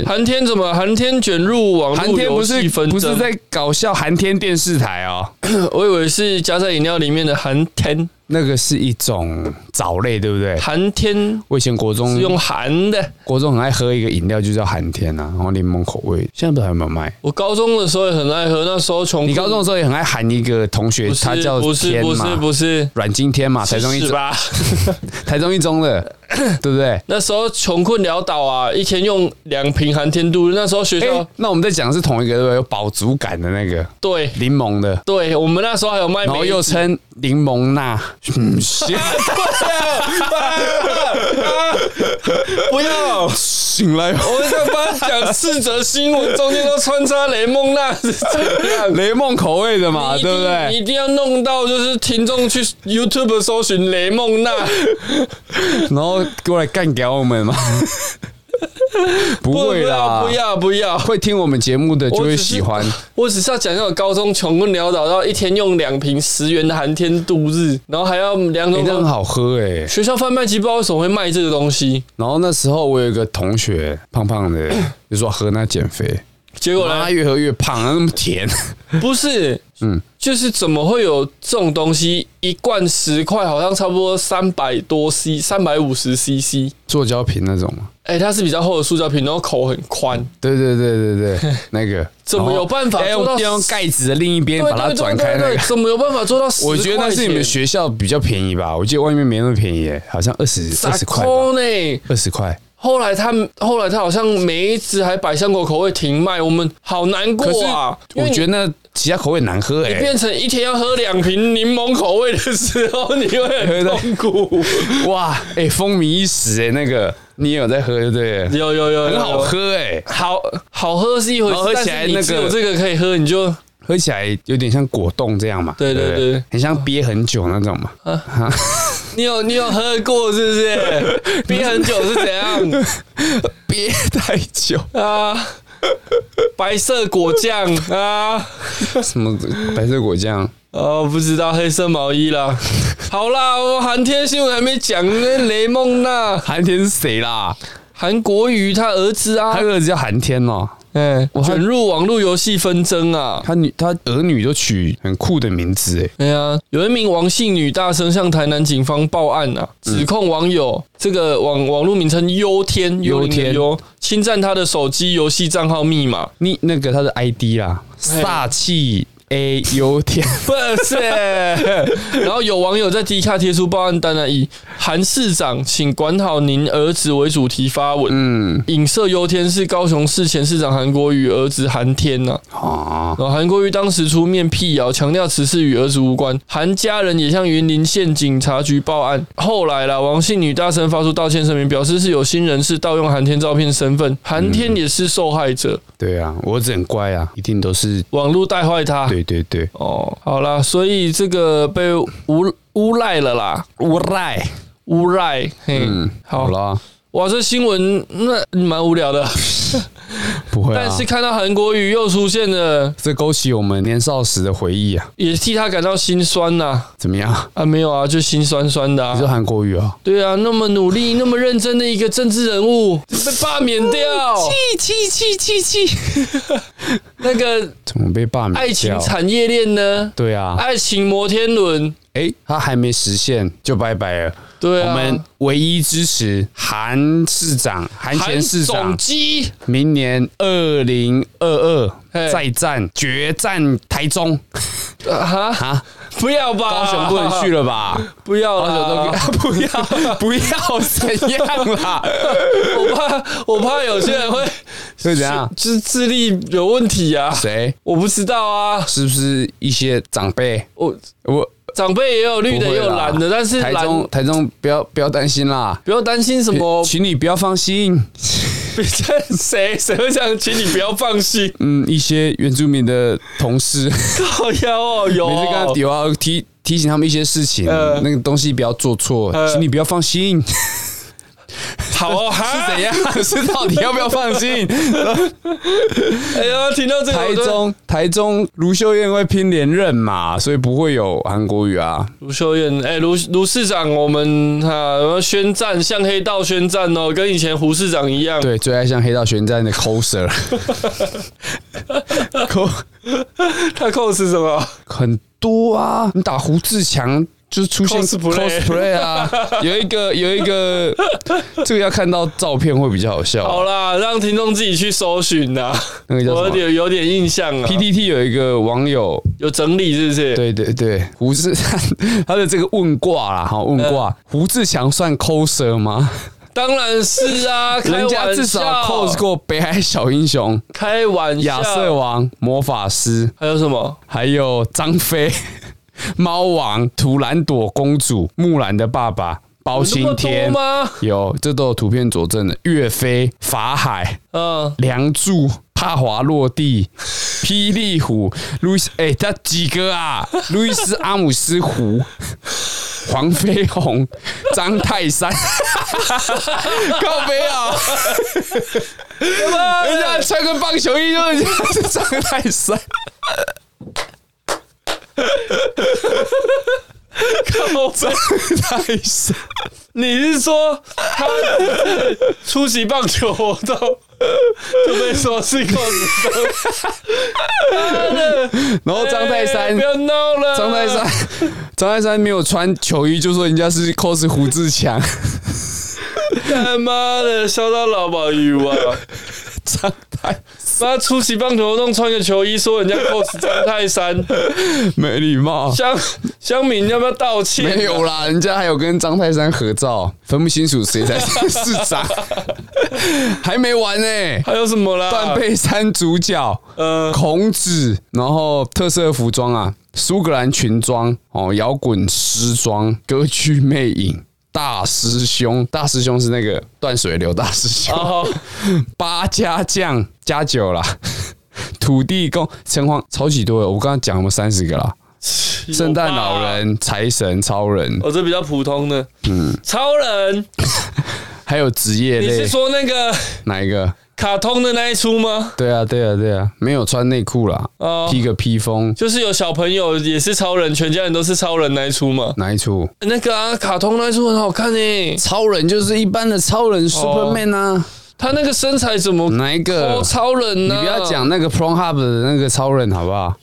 [SPEAKER 1] 哎
[SPEAKER 2] 寒天怎么？寒天卷入网
[SPEAKER 1] 寒
[SPEAKER 2] 络
[SPEAKER 1] 天
[SPEAKER 2] 游
[SPEAKER 1] 不是
[SPEAKER 2] 戏纷
[SPEAKER 1] 不是
[SPEAKER 2] 争，
[SPEAKER 1] 在搞笑寒天电视台哦，
[SPEAKER 2] 我以为是加在饮料里面的寒天，
[SPEAKER 1] 那个是一种藻类，对不对？
[SPEAKER 2] 寒天
[SPEAKER 1] 我以前国中
[SPEAKER 2] 是用寒的。
[SPEAKER 1] 国中很爱喝一个饮料，就叫寒天啊，然后柠檬口味，现在不知道还有没有卖。
[SPEAKER 2] 我高中的时候也很爱喝，那时候穷。
[SPEAKER 1] 你高中的时候也很爱喊一个同学，
[SPEAKER 2] 不是
[SPEAKER 1] 他叫
[SPEAKER 2] 不是
[SPEAKER 1] 天
[SPEAKER 2] 不是
[SPEAKER 1] 嘛，
[SPEAKER 2] 不是
[SPEAKER 1] 阮经天嘛，台中一
[SPEAKER 2] 是
[SPEAKER 1] 中，
[SPEAKER 2] 吧？
[SPEAKER 1] 台中一中的，对不对？
[SPEAKER 2] 那时候穷困潦倒啊，一天用两瓶寒天度日。那时候学校、
[SPEAKER 1] 哎，那我们在讲的是同一个，对不对？有饱足感的那个
[SPEAKER 2] 对
[SPEAKER 1] 柠檬的，
[SPEAKER 2] 对，我们那时候还有卖
[SPEAKER 1] 然后
[SPEAKER 2] 梅
[SPEAKER 1] 又
[SPEAKER 2] 子，
[SPEAKER 1] 称柠檬钠，嗯，行
[SPEAKER 2] 不要。
[SPEAKER 1] 醒来
[SPEAKER 2] 我们在班讲四则新闻，中间都穿插雷 蒙娜是这样。
[SPEAKER 1] 雷梦口味的嘛，
[SPEAKER 2] 你
[SPEAKER 1] 啊
[SPEAKER 2] 一
[SPEAKER 1] 对
[SPEAKER 2] 定
[SPEAKER 1] 不
[SPEAKER 2] 你一
[SPEAKER 1] 对？
[SPEAKER 2] 定要弄到，就是听众去 YouTube 搜寻雷梦娜，
[SPEAKER 1] 然后过来干掉我们 嘛？不
[SPEAKER 2] 不
[SPEAKER 1] 会啦，
[SPEAKER 2] 不要不要不要，
[SPEAKER 1] 会听我们节目的就
[SPEAKER 2] 我
[SPEAKER 1] 会
[SPEAKER 2] 只是
[SPEAKER 1] 喜欢。
[SPEAKER 2] 我只是要讲一下，我高中穷困潦倒到一天用两瓶十元的寒天度日，然后还要两
[SPEAKER 1] 哎、
[SPEAKER 2] 种、
[SPEAKER 1] 那很好喝哎、
[SPEAKER 2] 学校贩卖机不知道为什么会卖这个东西
[SPEAKER 1] 然后那时候我有一个同学，胖胖的，就说喝那减肥，
[SPEAKER 2] 结果呢
[SPEAKER 1] 妈，越喝越胖，那么甜，
[SPEAKER 2] 不是，嗯，就是怎么会有这种东西？一罐十块，好像差不多三百多 C，三百五十 CC。
[SPEAKER 1] 塑胶瓶那种嘛。
[SPEAKER 2] 哎、它是比较厚的塑胶瓶，然后口很宽，
[SPEAKER 1] 对对对对 对，那个
[SPEAKER 2] 怎么有办法
[SPEAKER 1] 然后
[SPEAKER 2] 做
[SPEAKER 1] 要
[SPEAKER 2] 到
[SPEAKER 1] 用要用盖子的另一边
[SPEAKER 2] 对
[SPEAKER 1] 把它
[SPEAKER 2] 对
[SPEAKER 1] 转
[SPEAKER 2] 对
[SPEAKER 1] 开
[SPEAKER 2] 对
[SPEAKER 1] 那
[SPEAKER 2] 对，
[SPEAKER 1] 个？
[SPEAKER 2] 怎么有办法做到十
[SPEAKER 1] 我觉得那是你们学校比较便宜吧，我记得外面没那么便宜耶，好像二十二十块吧，
[SPEAKER 2] 呢？
[SPEAKER 1] 二十块。
[SPEAKER 2] 后来他后来他好像梅子还百香果口味停卖，我们好难过
[SPEAKER 1] 可是
[SPEAKER 2] 啊！
[SPEAKER 1] 我觉
[SPEAKER 2] 得。
[SPEAKER 1] 得那其他口味难喝
[SPEAKER 2] 你
[SPEAKER 1] 哎，
[SPEAKER 2] 变成一天要喝两瓶柠檬口味的时候，你会很痛苦。
[SPEAKER 1] 哇，哎，风靡一时哎，那个你也有在喝对不对？
[SPEAKER 2] 有有有，
[SPEAKER 1] 很
[SPEAKER 2] 有
[SPEAKER 1] 好，喝哎，
[SPEAKER 2] 好好喝是一回事，
[SPEAKER 1] 然后喝起来
[SPEAKER 2] 但是你
[SPEAKER 1] 那个
[SPEAKER 2] 只有这个可以喝，你就
[SPEAKER 1] 喝起来有点像果冻这样嘛，
[SPEAKER 2] 对对
[SPEAKER 1] 不
[SPEAKER 2] 对
[SPEAKER 1] 很像憋很久那 种嘛。
[SPEAKER 2] 你有你有喝过是不是？ 憋很久是怎样
[SPEAKER 1] 憋太久，
[SPEAKER 2] 啊？白色果酱啊？
[SPEAKER 1] 什么白色果酱？
[SPEAKER 2] 哦，不知道黑色毛衣啦。好啦，我韩天新闻还没讲呢，雷梦娜，
[SPEAKER 1] 寒天是谁啦？
[SPEAKER 2] 韩国瑜他儿子啊
[SPEAKER 1] 他，儿子叫寒天哦，
[SPEAKER 2] 哎，
[SPEAKER 1] 我
[SPEAKER 2] 卷入网络游戏纷争啊。
[SPEAKER 1] 他女他儿女都取很酷的名字哎，
[SPEAKER 2] 哎呀，有一名王姓女大生向台南警方报案啊，
[SPEAKER 1] 嗯
[SPEAKER 2] 指控网友、这个网网络名称“优天”幽灵的
[SPEAKER 1] 天
[SPEAKER 2] 幽侵占她的手机游戏账号密码，
[SPEAKER 1] 你那个他的 ID 啦，
[SPEAKER 2] 哎
[SPEAKER 1] 煞气 A 优天，
[SPEAKER 2] 不是。 然后有网友在底下贴出报案单啊，以“韩市长，请管好您儿子”为主题发文，
[SPEAKER 1] 嗯
[SPEAKER 2] 影射优天是高雄市前市长韩国瑜儿子韩天呐、
[SPEAKER 1] 啊，
[SPEAKER 2] 然后韩国瑜当时出面辟谣，强调此事与儿子无关。韩家人也向云林县警察局报案。后来啦，王姓女大生发出道歉声明，表示是有心人士盗用韩天照片身份，韩天也是受害者，
[SPEAKER 1] 对啊，我儿子很乖啊，一定都是
[SPEAKER 2] 网络带坏他。
[SPEAKER 1] 对对对，
[SPEAKER 2] 哦，好啦，所以这个被诬诬赖了啦，
[SPEAKER 1] 无赖，
[SPEAKER 2] 诬赖。嘿，好
[SPEAKER 1] 嗯好啦，
[SPEAKER 2] 哇，这新闻那蛮无聊 的，
[SPEAKER 1] 不会啊
[SPEAKER 2] 但，是看到韩国瑜又出现了，
[SPEAKER 1] 这勾起我们年少时的回忆啊，
[SPEAKER 2] 也替他感到心酸呐、
[SPEAKER 1] 怎么样？
[SPEAKER 2] 啊，没有啊，就心酸酸的、啊。
[SPEAKER 1] 你说韩国语啊？
[SPEAKER 2] 对啊，那么努力、那么认真的一个政治人物被罢免掉，
[SPEAKER 1] 气气气气！
[SPEAKER 2] 那个
[SPEAKER 1] 怎么被罢免掉？
[SPEAKER 2] 爱情哎产业链呢？
[SPEAKER 1] 对啊，
[SPEAKER 2] 爱情摩天轮，
[SPEAKER 1] 哎，他还没实现就拜拜了。
[SPEAKER 2] 对啊，
[SPEAKER 1] 我们唯一支持韩市长、韩前
[SPEAKER 2] 韩
[SPEAKER 1] 市
[SPEAKER 2] 总
[SPEAKER 1] 长，
[SPEAKER 2] 机
[SPEAKER 1] 明年二零二
[SPEAKER 2] 嘿
[SPEAKER 1] 二再战决战台中
[SPEAKER 2] 啊哈，
[SPEAKER 1] 啊！
[SPEAKER 2] 不要吧，
[SPEAKER 1] 高雄不能去
[SPEAKER 2] 了，
[SPEAKER 1] 了吧？
[SPEAKER 2] 不要
[SPEAKER 1] 高雄
[SPEAKER 2] 了，
[SPEAKER 1] 都 不要不要怎样啦？
[SPEAKER 2] 我怕我怕有些人会
[SPEAKER 1] 会怎样？
[SPEAKER 2] 就是智力有问题啊，
[SPEAKER 1] 谁？
[SPEAKER 2] 我不知道啊，
[SPEAKER 1] 是不是一些长辈？
[SPEAKER 2] 我
[SPEAKER 1] 我
[SPEAKER 2] 长辈也有绿的
[SPEAKER 1] 不
[SPEAKER 2] 也
[SPEAKER 1] 会
[SPEAKER 2] 有
[SPEAKER 1] 啦
[SPEAKER 2] 蓝的，但是
[SPEAKER 1] 台
[SPEAKER 2] 蓝
[SPEAKER 1] 中台中不要不要担心啦，
[SPEAKER 2] 不要担心什么，
[SPEAKER 1] 呃请你不要放心。
[SPEAKER 2] 谁谁会这样，请你不要放心，
[SPEAKER 1] 嗯，一些原住民的同事。
[SPEAKER 2] 好呀哦，有
[SPEAKER 1] 每次跟他
[SPEAKER 2] 哦
[SPEAKER 1] 有啊提提醒他们一些事情，
[SPEAKER 2] 呃
[SPEAKER 1] 那个东西不要做错，
[SPEAKER 2] 呃
[SPEAKER 1] 请你不要放心。是
[SPEAKER 2] 好哦，哈
[SPEAKER 1] 怎？样？是到底要不要放 心？
[SPEAKER 2] 哎呀，听到这个
[SPEAKER 1] 台
[SPEAKER 2] 我都，
[SPEAKER 1] 中台中卢秀燕会拼连任嘛，所以不会有韩国语啊。
[SPEAKER 2] 卢秀燕，哎，卢卢市长，我们哈、我要宣战，向黑道宣战哦，跟以前胡市长一样。
[SPEAKER 1] 对，最爱像黑道旋战的 coser，抠
[SPEAKER 2] 他扣是什么？
[SPEAKER 1] 很多啊。你打胡志强就是出现
[SPEAKER 2] Cosplay
[SPEAKER 1] cosplay 啊，有一个有一个，这个要看到照片会比较好笑。
[SPEAKER 2] 好啦，让听众自己去搜寻呐、
[SPEAKER 1] 那个叫什么
[SPEAKER 2] 我有点有点印象啊
[SPEAKER 1] p t t 有一个网友
[SPEAKER 2] 有整理是不是？，
[SPEAKER 1] 对对对，胡志他的这个问卦
[SPEAKER 2] 嗯
[SPEAKER 1] 啦，哈，问卦，胡志强算抠舌吗？
[SPEAKER 2] 当然是啊，开
[SPEAKER 1] 人家
[SPEAKER 2] 玩
[SPEAKER 1] 至少
[SPEAKER 2] 笑
[SPEAKER 1] 扣过北海小英雄、
[SPEAKER 2] 开玩笑。
[SPEAKER 1] 亚瑟王、魔法师，
[SPEAKER 2] 还有什么？
[SPEAKER 1] 还有张飞、 猫王、图兰朵公主、木兰的爸爸、包
[SPEAKER 2] 有那
[SPEAKER 1] 青
[SPEAKER 2] 么多
[SPEAKER 1] 天
[SPEAKER 2] 吗
[SPEAKER 1] 有，这都有图片佐证的。岳飞、法海、
[SPEAKER 2] 嗯，
[SPEAKER 1] 梁祝、帕华落地、霹雳虎、路易斯，哎、他几个啊？路易斯 阿姆斯湖、黄飞鸿、张泰山， 靠背啊！人家穿个棒球衣就人家是张泰 山，
[SPEAKER 2] 靠背
[SPEAKER 1] 泰山
[SPEAKER 2] 你是说他出席棒球活动，就被说是口子
[SPEAKER 1] 然后张泰山
[SPEAKER 2] 哎 不，要闹了，
[SPEAKER 1] 张泰山，张泰山没有穿球衣就说人家是 cos 胡志强，
[SPEAKER 2] 他妈的笑到老毛鱼啊！
[SPEAKER 1] 张泰
[SPEAKER 2] 妈出席棒球活动穿个球衣说人家 cos 张泰山，
[SPEAKER 1] 没礼貌。
[SPEAKER 2] 乡乡民要不要道歉、
[SPEAKER 1] 没有啦，人家还有跟张泰山合照，分不清楚谁才 是市长，还没完呢、
[SPEAKER 2] 还有什么 啦？
[SPEAKER 1] 断背山主角，
[SPEAKER 2] 呃
[SPEAKER 1] 孔子，然后特色服装啊，苏格兰裙装哦，摇滚诗装，歌剧魅影。大师兄，大师兄是那个断水流大师兄，
[SPEAKER 2] 哦，
[SPEAKER 1] 八家将加九啦，土地公、城隍，超级多的。我刚刚讲了三十个啦，圣诞老
[SPEAKER 2] 有吧，
[SPEAKER 1] 人、财神、超人，
[SPEAKER 2] 哦，这比较普通的。嗯，超人，
[SPEAKER 1] 还有职业
[SPEAKER 2] 你
[SPEAKER 1] 类
[SPEAKER 2] 是，说那个
[SPEAKER 1] 哪一个？
[SPEAKER 2] 卡通的那一出吗？
[SPEAKER 1] 对啊，对啊，对啊，没有穿内裤啦，
[SPEAKER 2] 哦
[SPEAKER 1] 披个披风，
[SPEAKER 2] 就是有小朋友也是超人，全家人都是超人那一出嘛。
[SPEAKER 1] 哪一出？
[SPEAKER 2] 那个啊，卡通那一出很好看欸诶、
[SPEAKER 1] 超人就是一般的超
[SPEAKER 2] 哦
[SPEAKER 1] 人 Superman 啊，
[SPEAKER 2] 他那个身材怎么
[SPEAKER 1] 哪一个
[SPEAKER 2] 哦，？超人
[SPEAKER 1] 嗯你
[SPEAKER 2] 呐、啊！
[SPEAKER 1] 不要，讲那个 p r o n Hub 的那个超人好不 好？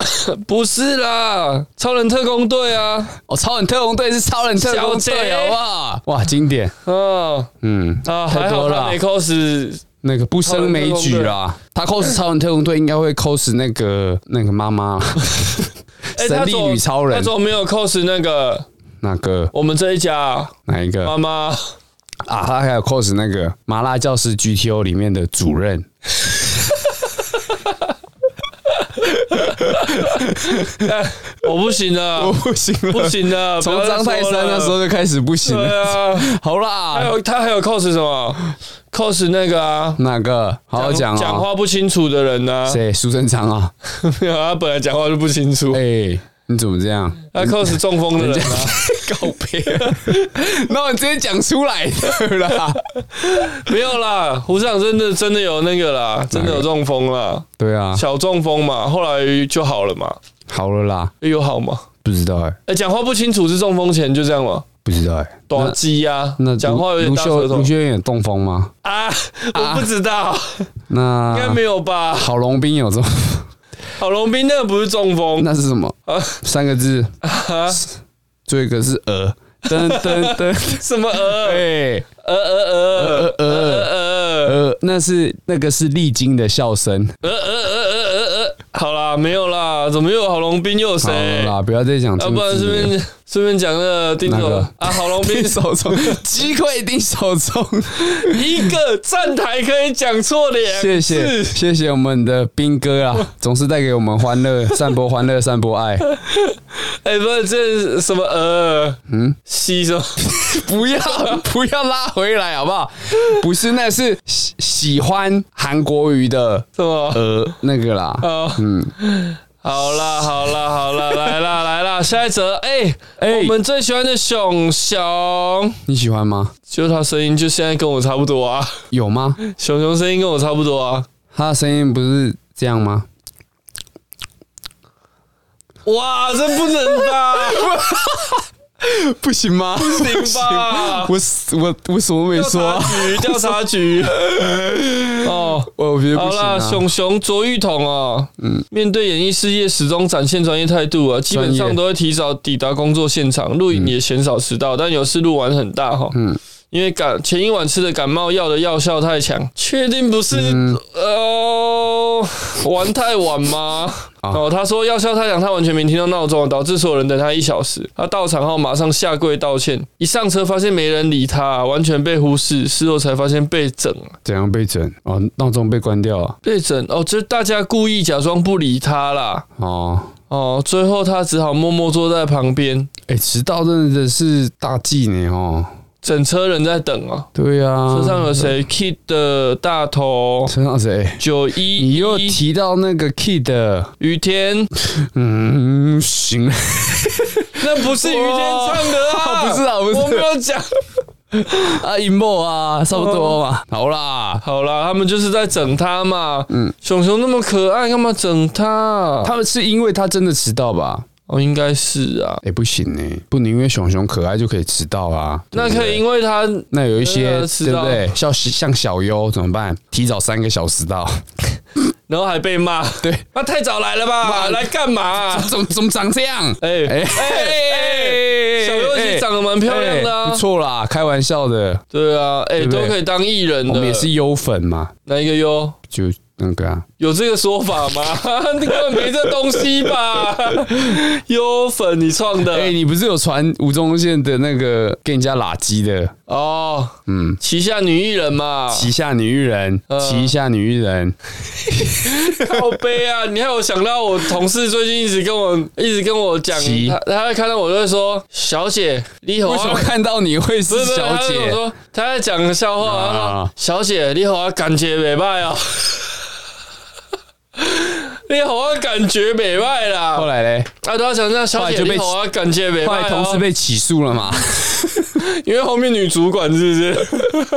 [SPEAKER 2] 不是啦，超人特工队啊，
[SPEAKER 1] 哦，超人特工队是超人特工
[SPEAKER 2] 小
[SPEAKER 1] 队
[SPEAKER 2] 杰
[SPEAKER 1] 好不好？哇，经典，
[SPEAKER 2] 啊
[SPEAKER 1] 嗯，
[SPEAKER 2] 啊，
[SPEAKER 1] 太
[SPEAKER 2] 还
[SPEAKER 1] 多
[SPEAKER 2] 好
[SPEAKER 1] 了
[SPEAKER 2] 他没 cos
[SPEAKER 1] 那个不胜枚举 啦。他 cos 超人特工队应该会 cos 那个那个妈妈，
[SPEAKER 2] 哎
[SPEAKER 1] 神力女超人
[SPEAKER 2] 他怎么没有 cos 那个
[SPEAKER 1] 那个
[SPEAKER 2] 我们这一家啊
[SPEAKER 1] 哪一个
[SPEAKER 2] 妈
[SPEAKER 1] 啊？
[SPEAKER 2] 妈？
[SPEAKER 1] 他还有 cos 那个麻辣教师 GTO 里面的主任，
[SPEAKER 2] 我不行了
[SPEAKER 1] 我， 不行了，
[SPEAKER 2] 不行了，
[SPEAKER 1] 从
[SPEAKER 2] 不要
[SPEAKER 1] 张
[SPEAKER 2] 再
[SPEAKER 1] 泰
[SPEAKER 2] 说
[SPEAKER 1] 山那
[SPEAKER 2] 了
[SPEAKER 1] 时候就开始不行
[SPEAKER 2] 对
[SPEAKER 1] 了。
[SPEAKER 2] 啊，
[SPEAKER 1] 好
[SPEAKER 2] 还
[SPEAKER 1] 啦，
[SPEAKER 2] 有他还有 cos 什么？cos 那个啊，
[SPEAKER 1] 哪个？好好讲
[SPEAKER 2] 讲
[SPEAKER 1] 哦。
[SPEAKER 2] 话不清楚的人呢、啊？
[SPEAKER 1] 谁？苏贞昌啊？
[SPEAKER 2] 没有， 他本来讲话就不清楚，
[SPEAKER 1] 哎，你怎么这样？
[SPEAKER 2] 他 cos 中风的人啊。
[SPEAKER 1] 告别， 那我直接讲出来的 啦。
[SPEAKER 2] 没有啦，胡市长真的真的有那个啦，真的有中风啦，
[SPEAKER 1] 对啊，
[SPEAKER 2] 小中风嘛，后来就好了嘛，哎
[SPEAKER 1] 好了啦，
[SPEAKER 2] 有好吗？
[SPEAKER 1] 不知道哎，
[SPEAKER 2] 哎、讲话不清楚是中风前就这样吗？
[SPEAKER 1] 不知道哎。
[SPEAKER 2] 短鸡呀
[SPEAKER 1] 那，
[SPEAKER 2] 讲
[SPEAKER 1] 卢
[SPEAKER 2] 话有点
[SPEAKER 1] 卢
[SPEAKER 2] 大
[SPEAKER 1] 秀
[SPEAKER 2] 舌头
[SPEAKER 1] 卢秀啊燕有中风吗？
[SPEAKER 2] 啊，我不知道，
[SPEAKER 1] 那
[SPEAKER 2] 应该没有吧？
[SPEAKER 1] 郝龙斌有 中，
[SPEAKER 2] 郝龙斌那个不是中风
[SPEAKER 1] 那是什么？
[SPEAKER 2] 啊
[SPEAKER 1] 三个字，
[SPEAKER 2] 啊，
[SPEAKER 1] 最后一个是鹅，噔噔噔， 哎
[SPEAKER 2] 什么呃鹅
[SPEAKER 1] 对，
[SPEAKER 2] 鹅鹅鹅鹅鹅
[SPEAKER 1] 呃，那是那个是历经的笑声。
[SPEAKER 2] 鹅鹅鹅鹅鹅，呃好啦，没有啦，怎么又有郝龙斌又有
[SPEAKER 1] 好了
[SPEAKER 2] 谁？
[SPEAKER 1] 啦，啊不要再讲
[SPEAKER 2] 要
[SPEAKER 1] 政
[SPEAKER 2] 不然
[SPEAKER 1] 治
[SPEAKER 2] 顺
[SPEAKER 1] 了。
[SPEAKER 2] 便顺便讲那个丁
[SPEAKER 1] 哪
[SPEAKER 2] 总
[SPEAKER 1] 个
[SPEAKER 2] 啊，郝龙斌
[SPEAKER 1] 丁守 中，击溃丁守中，
[SPEAKER 2] 一个站台可以讲错两
[SPEAKER 1] 谢
[SPEAKER 2] 次，
[SPEAKER 1] 谢谢谢我们的兵哥啊，总是带给我们欢乐， 散播欢乐，散播爱。
[SPEAKER 2] 哎、不是这是什么呃，嗯，西 什么？
[SPEAKER 1] 不要不要拉回来好不好？不是，那是喜喜欢韩国语的
[SPEAKER 2] 什么？
[SPEAKER 1] 呃那个 啦，
[SPEAKER 2] 哦，嗯，好啦，好啦，好啦，来啦， 来啦，下一则，哎、
[SPEAKER 1] 哎
[SPEAKER 2] 我们最喜欢的熊熊，
[SPEAKER 1] 你喜欢吗？
[SPEAKER 2] 就他声音就现在跟我差不 多啊，
[SPEAKER 1] 有吗？
[SPEAKER 2] 熊熊声音跟我差不多啊，
[SPEAKER 1] 他的声音不是这样吗？
[SPEAKER 2] 哇，这不能吧？
[SPEAKER 1] 不行吗？不
[SPEAKER 2] 行 吧
[SPEAKER 1] 我我我什么没说
[SPEAKER 2] 调
[SPEAKER 1] 啊？
[SPEAKER 2] 查局，调查 局，哦。
[SPEAKER 1] 我觉得
[SPEAKER 2] 好
[SPEAKER 1] 不行
[SPEAKER 2] 啦，
[SPEAKER 1] 啊。
[SPEAKER 2] 熊熊卓玉彤哦，嗯，面对演艺事业始终展现专业态度啊，基本
[SPEAKER 1] 专业
[SPEAKER 2] 上都会提早抵达工作现
[SPEAKER 1] 嗯
[SPEAKER 2] 场，录影也鲜少迟到，但有时录完很大哈，嗯，因为感前一晚吃的感冒药的药效太强，确定不是
[SPEAKER 1] 嗯
[SPEAKER 2] 哦、玩太晚吗？
[SPEAKER 1] 啊
[SPEAKER 2] 哦，他说药效太强，他完全没听到闹钟，导致所有人等他一小时。他到场后马上下跪道歉，一上车发现没人理他，完全被忽视。事后才发现被整了。
[SPEAKER 1] 怎样被整？哦，闹钟被关掉啊了。
[SPEAKER 2] 被整哦，就是大家故意假装不理他啦。
[SPEAKER 1] 哦，
[SPEAKER 2] 哦，最后他只好默默坐在旁边，
[SPEAKER 1] 哎、迟到真的是大忌呢哦。
[SPEAKER 2] 整车人在等啊。
[SPEAKER 1] 对呀、啊，
[SPEAKER 2] 车上有谁？Kid 的大头
[SPEAKER 1] 身上谁？
[SPEAKER 2] 九一
[SPEAKER 1] 你又
[SPEAKER 2] 一
[SPEAKER 1] 提到那个 kid，
[SPEAKER 2] 雨天，
[SPEAKER 1] 嗯，行，
[SPEAKER 2] 那不是雨天唱的啊，
[SPEAKER 1] 哇 不是啊不是
[SPEAKER 2] 我没有讲。
[SPEAKER 1] 啊，一莫啊，差不多嘛，好啦，
[SPEAKER 2] 好啦，他们就是在整他嘛。嗯，熊熊那么可爱，干嘛整他？
[SPEAKER 1] 他们是因为他真的迟到吧？
[SPEAKER 2] 哦，应该是啊。
[SPEAKER 1] 哎、不行呢、不能因为熊熊可爱就可以迟到啊。对
[SPEAKER 2] 那
[SPEAKER 1] 不
[SPEAKER 2] 可
[SPEAKER 1] 对
[SPEAKER 2] 以，因为他
[SPEAKER 1] 那有一些
[SPEAKER 2] 呃迟
[SPEAKER 1] 对不
[SPEAKER 2] 到
[SPEAKER 1] 对？像像小优怎么办？提早三个小时 到，
[SPEAKER 2] 然后还被骂，
[SPEAKER 1] 对，
[SPEAKER 2] 那啊太早来了吧？来干嘛啊？
[SPEAKER 1] 怎么怎么长这样？
[SPEAKER 2] 哎哎哎，小尤其长得蛮漂亮的
[SPEAKER 1] 哎
[SPEAKER 2] 啊
[SPEAKER 1] 不。错啦，开玩笑的，
[SPEAKER 2] 对啊，哎，
[SPEAKER 1] 对不
[SPEAKER 2] 都
[SPEAKER 1] 对
[SPEAKER 2] 可以当艺人
[SPEAKER 1] 我
[SPEAKER 2] 的
[SPEAKER 1] 们也。是优粉嘛，
[SPEAKER 2] 哪一个优？
[SPEAKER 1] 就那个啊，
[SPEAKER 2] 有这个说法吗？ 你根本没这东西吧？ 优粉你创的
[SPEAKER 1] 哎、你不是有传吴宗宪的那个跟人家拉鸡的
[SPEAKER 2] 哦，嗯，旗下女艺人嘛，
[SPEAKER 1] 旗下女艺人，
[SPEAKER 2] 呃
[SPEAKER 1] 旗下女艺人，
[SPEAKER 2] 靠背啊！你还有想到我同事最近一直跟我一直跟我讲，
[SPEAKER 1] 急
[SPEAKER 2] 他他在看到我就会说：“小姐，你好
[SPEAKER 1] 为
[SPEAKER 2] 啊。”
[SPEAKER 1] 什么看到你会
[SPEAKER 2] 不
[SPEAKER 1] 是
[SPEAKER 2] 是不是，
[SPEAKER 1] 小
[SPEAKER 2] 他跟我
[SPEAKER 1] 姐？
[SPEAKER 2] 说他在讲笑话啊，他说
[SPEAKER 1] 啊
[SPEAKER 2] 小姐，你好啊，感觉美败啊， 你好啊，感觉美败
[SPEAKER 1] 后
[SPEAKER 2] 啦。
[SPEAKER 1] 来嘞，
[SPEAKER 2] 啊，对他讲这样，小
[SPEAKER 1] 后来
[SPEAKER 2] 姐
[SPEAKER 1] 就被
[SPEAKER 2] 你好啊，感觉美
[SPEAKER 1] 后
[SPEAKER 2] 败
[SPEAKER 1] 来同
[SPEAKER 2] 啊
[SPEAKER 1] 事，被起诉 了嘛？
[SPEAKER 2] 因为后面女主管是不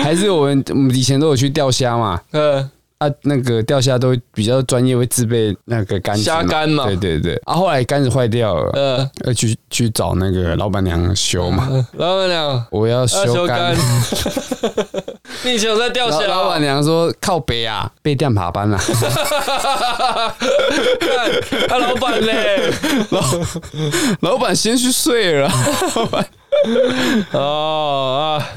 [SPEAKER 2] 是？
[SPEAKER 1] 还是我们我们以前都有去钓虾嘛？
[SPEAKER 2] 嗯，
[SPEAKER 1] 啊，那个钓虾都比较专业，会自备那个杆子
[SPEAKER 2] 虾竿嘛
[SPEAKER 1] 对对对。啊，后来杆子坏掉了，
[SPEAKER 2] 呃，
[SPEAKER 1] 要去去找那个老板娘修嘛。
[SPEAKER 2] 老板娘，
[SPEAKER 1] 我要
[SPEAKER 2] 呃要
[SPEAKER 1] 修
[SPEAKER 2] 修
[SPEAKER 1] 杆
[SPEAKER 2] 啊干，。 你以前有在钓
[SPEAKER 1] 老
[SPEAKER 2] 虾
[SPEAKER 1] 老
[SPEAKER 2] 啊
[SPEAKER 1] 板？ 娘说靠北啊，被电爬班啦、
[SPEAKER 2] 看他啊老板嘞，
[SPEAKER 1] 老板先去睡了， 老板
[SPEAKER 2] 哦啊，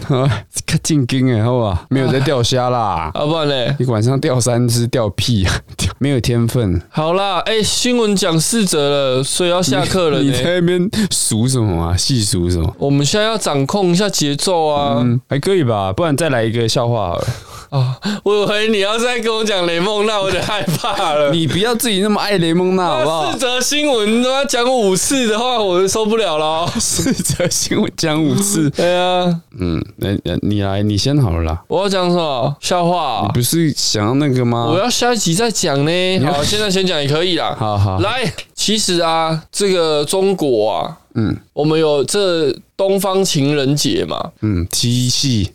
[SPEAKER 1] 看进京哎，好吧，没有在钓虾啦。
[SPEAKER 2] 老板嘞，
[SPEAKER 1] 你晚上钓三只钓屁啊， 钓没有天分。
[SPEAKER 2] 好啦，哎、新闻讲四折了，所以要下课了
[SPEAKER 1] 你
[SPEAKER 2] 呢。
[SPEAKER 1] 在那边数什么啊？细数什么？
[SPEAKER 2] 我们现在要掌控一下节奏啊！
[SPEAKER 1] 嗯，还可以吧，不然再来一个笑话 好了。
[SPEAKER 2] 啊，我以为你要再跟我讲雷梦娜，我有点害怕了。 啊
[SPEAKER 1] 你不要自己那么爱雷蒙娜好不好
[SPEAKER 2] 四？则新闻他妈讲我五次的话，我就受不了了哦。。
[SPEAKER 1] 四则新闻讲五次
[SPEAKER 2] 对啊，
[SPEAKER 1] 嗯，那那你来，你先好了啦。
[SPEAKER 2] 我要讲什么笑话
[SPEAKER 1] 你
[SPEAKER 2] 啊、
[SPEAKER 1] 不是想要那个吗？
[SPEAKER 2] 我要下一集再讲呢。
[SPEAKER 1] 要
[SPEAKER 2] 好，现在先讲也可以啦。
[SPEAKER 1] 好好
[SPEAKER 2] 来，其实啊，这个中国啊，嗯，我们有这东方情人节嘛，
[SPEAKER 1] 嗯，七夕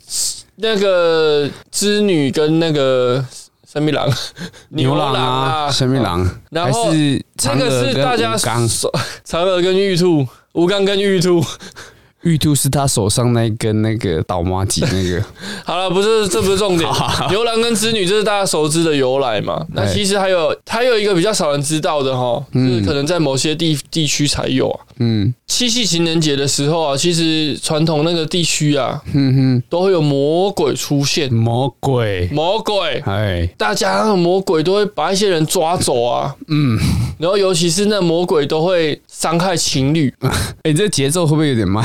[SPEAKER 2] 那个织女跟那个三米郎、
[SPEAKER 1] 牛郎啊，神秘郎，
[SPEAKER 2] 哦然
[SPEAKER 1] 还
[SPEAKER 2] 后
[SPEAKER 1] 是
[SPEAKER 2] 这
[SPEAKER 1] 嫦
[SPEAKER 2] 个是
[SPEAKER 1] 娥
[SPEAKER 2] 大家
[SPEAKER 1] 跟吴刚，
[SPEAKER 2] 手嫦娥跟玉兔，吴刚跟玉兔。
[SPEAKER 1] 玉兔是他手上那一根那个倒麻吉那 个，
[SPEAKER 2] 好了，不是，这不是重点。牛郎跟织女这是大家熟知的由来嘛？那
[SPEAKER 1] 哎
[SPEAKER 2] 其实还有还有一个比较少人知道的哈，就是可能在某些地地区才有啊。
[SPEAKER 1] 嗯
[SPEAKER 2] 七夕情人节的时候啊，其实传统那个地区啊，
[SPEAKER 1] 嗯哼嗯
[SPEAKER 2] 都会有魔鬼出现
[SPEAKER 1] 哼，。魔鬼，
[SPEAKER 2] 魔鬼，
[SPEAKER 1] 哎，
[SPEAKER 2] 大家那个魔鬼都会把一些人抓走啊。嗯，然后尤其是那魔鬼都会伤害 情侣，
[SPEAKER 1] 哎，这节奏会不会有点慢？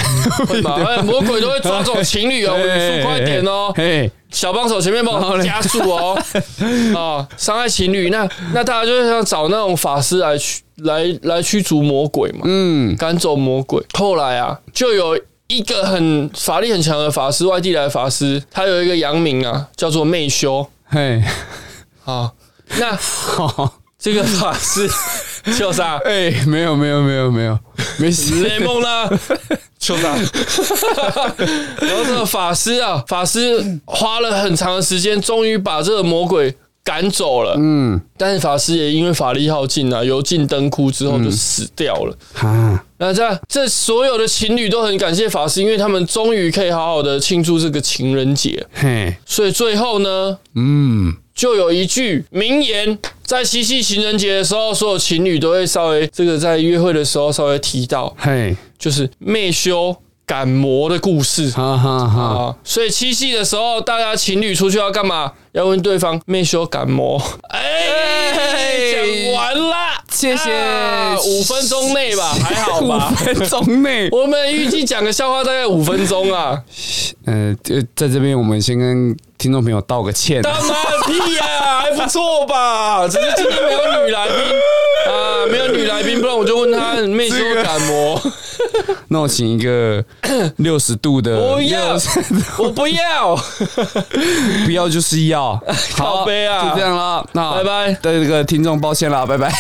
[SPEAKER 2] 会吗？哎，魔鬼都会抓走情 侣哦，我跟
[SPEAKER 1] 哎
[SPEAKER 2] 你说快点哦。
[SPEAKER 1] 嘿，
[SPEAKER 2] 小帮手前面帮我加速哦， 啊，伤害情侣，那那大家就是要找那种法师来驱来来驱逐魔鬼嘛，
[SPEAKER 1] 嗯，
[SPEAKER 2] 赶走魔鬼。后来啊，就有一个很法力很强的法师，外地来的法师，他有一个洋名啊，叫做媚修
[SPEAKER 1] 嘿，
[SPEAKER 2] 啊。那
[SPEAKER 1] 好，
[SPEAKER 2] 这个法师 就啥？
[SPEAKER 1] 哎，没有没有没有没有，没事，
[SPEAKER 2] 雷蒙啦，兄弟。 然后这个法师啊，法师花了很长的时间，终于把这个魔鬼赶走了。嗯，但是法师也因为法力耗尽啊，油尽灯枯之后就死掉了。
[SPEAKER 1] 哈，
[SPEAKER 2] 那这样，这所有的情侣都很感谢法师，因为他们终于可以好好的庆祝这个情人节。
[SPEAKER 1] 嘿，
[SPEAKER 2] 所以最后呢，
[SPEAKER 1] 嗯。
[SPEAKER 2] 就有一句名言，在七夕情人节的时候，所有情侣都会稍微这个在约会的时候稍微提到。
[SPEAKER 1] 嘿，
[SPEAKER 2] 就是媚修赶魔的故事
[SPEAKER 1] 哈哈哈，
[SPEAKER 2] 啊。所以七夕的时候，大家情侣出去要干嘛？要问对方媚修赶魔。哎，讲完啦，
[SPEAKER 1] 谢谢。
[SPEAKER 2] 啊五分钟内吧，还好吧
[SPEAKER 1] 分钟内。
[SPEAKER 2] 我们预计讲个笑话大概五分钟啊，
[SPEAKER 1] 呃，就在这边我们先跟听众朋友道个歉。
[SPEAKER 2] 他妈的屁呀、还不错吧？只是今天没有女来宾啊，没有女来宾，不然我就问他媚修赶 魔，
[SPEAKER 1] 那我请一 个六十度的，
[SPEAKER 2] 不要
[SPEAKER 1] 60
[SPEAKER 2] 我不要。
[SPEAKER 1] 不要就是要，
[SPEAKER 2] 靠
[SPEAKER 1] 好
[SPEAKER 2] 背啊
[SPEAKER 1] 就这样啦。那
[SPEAKER 2] 拜拜
[SPEAKER 1] 对这个听众抱歉啦，拜拜。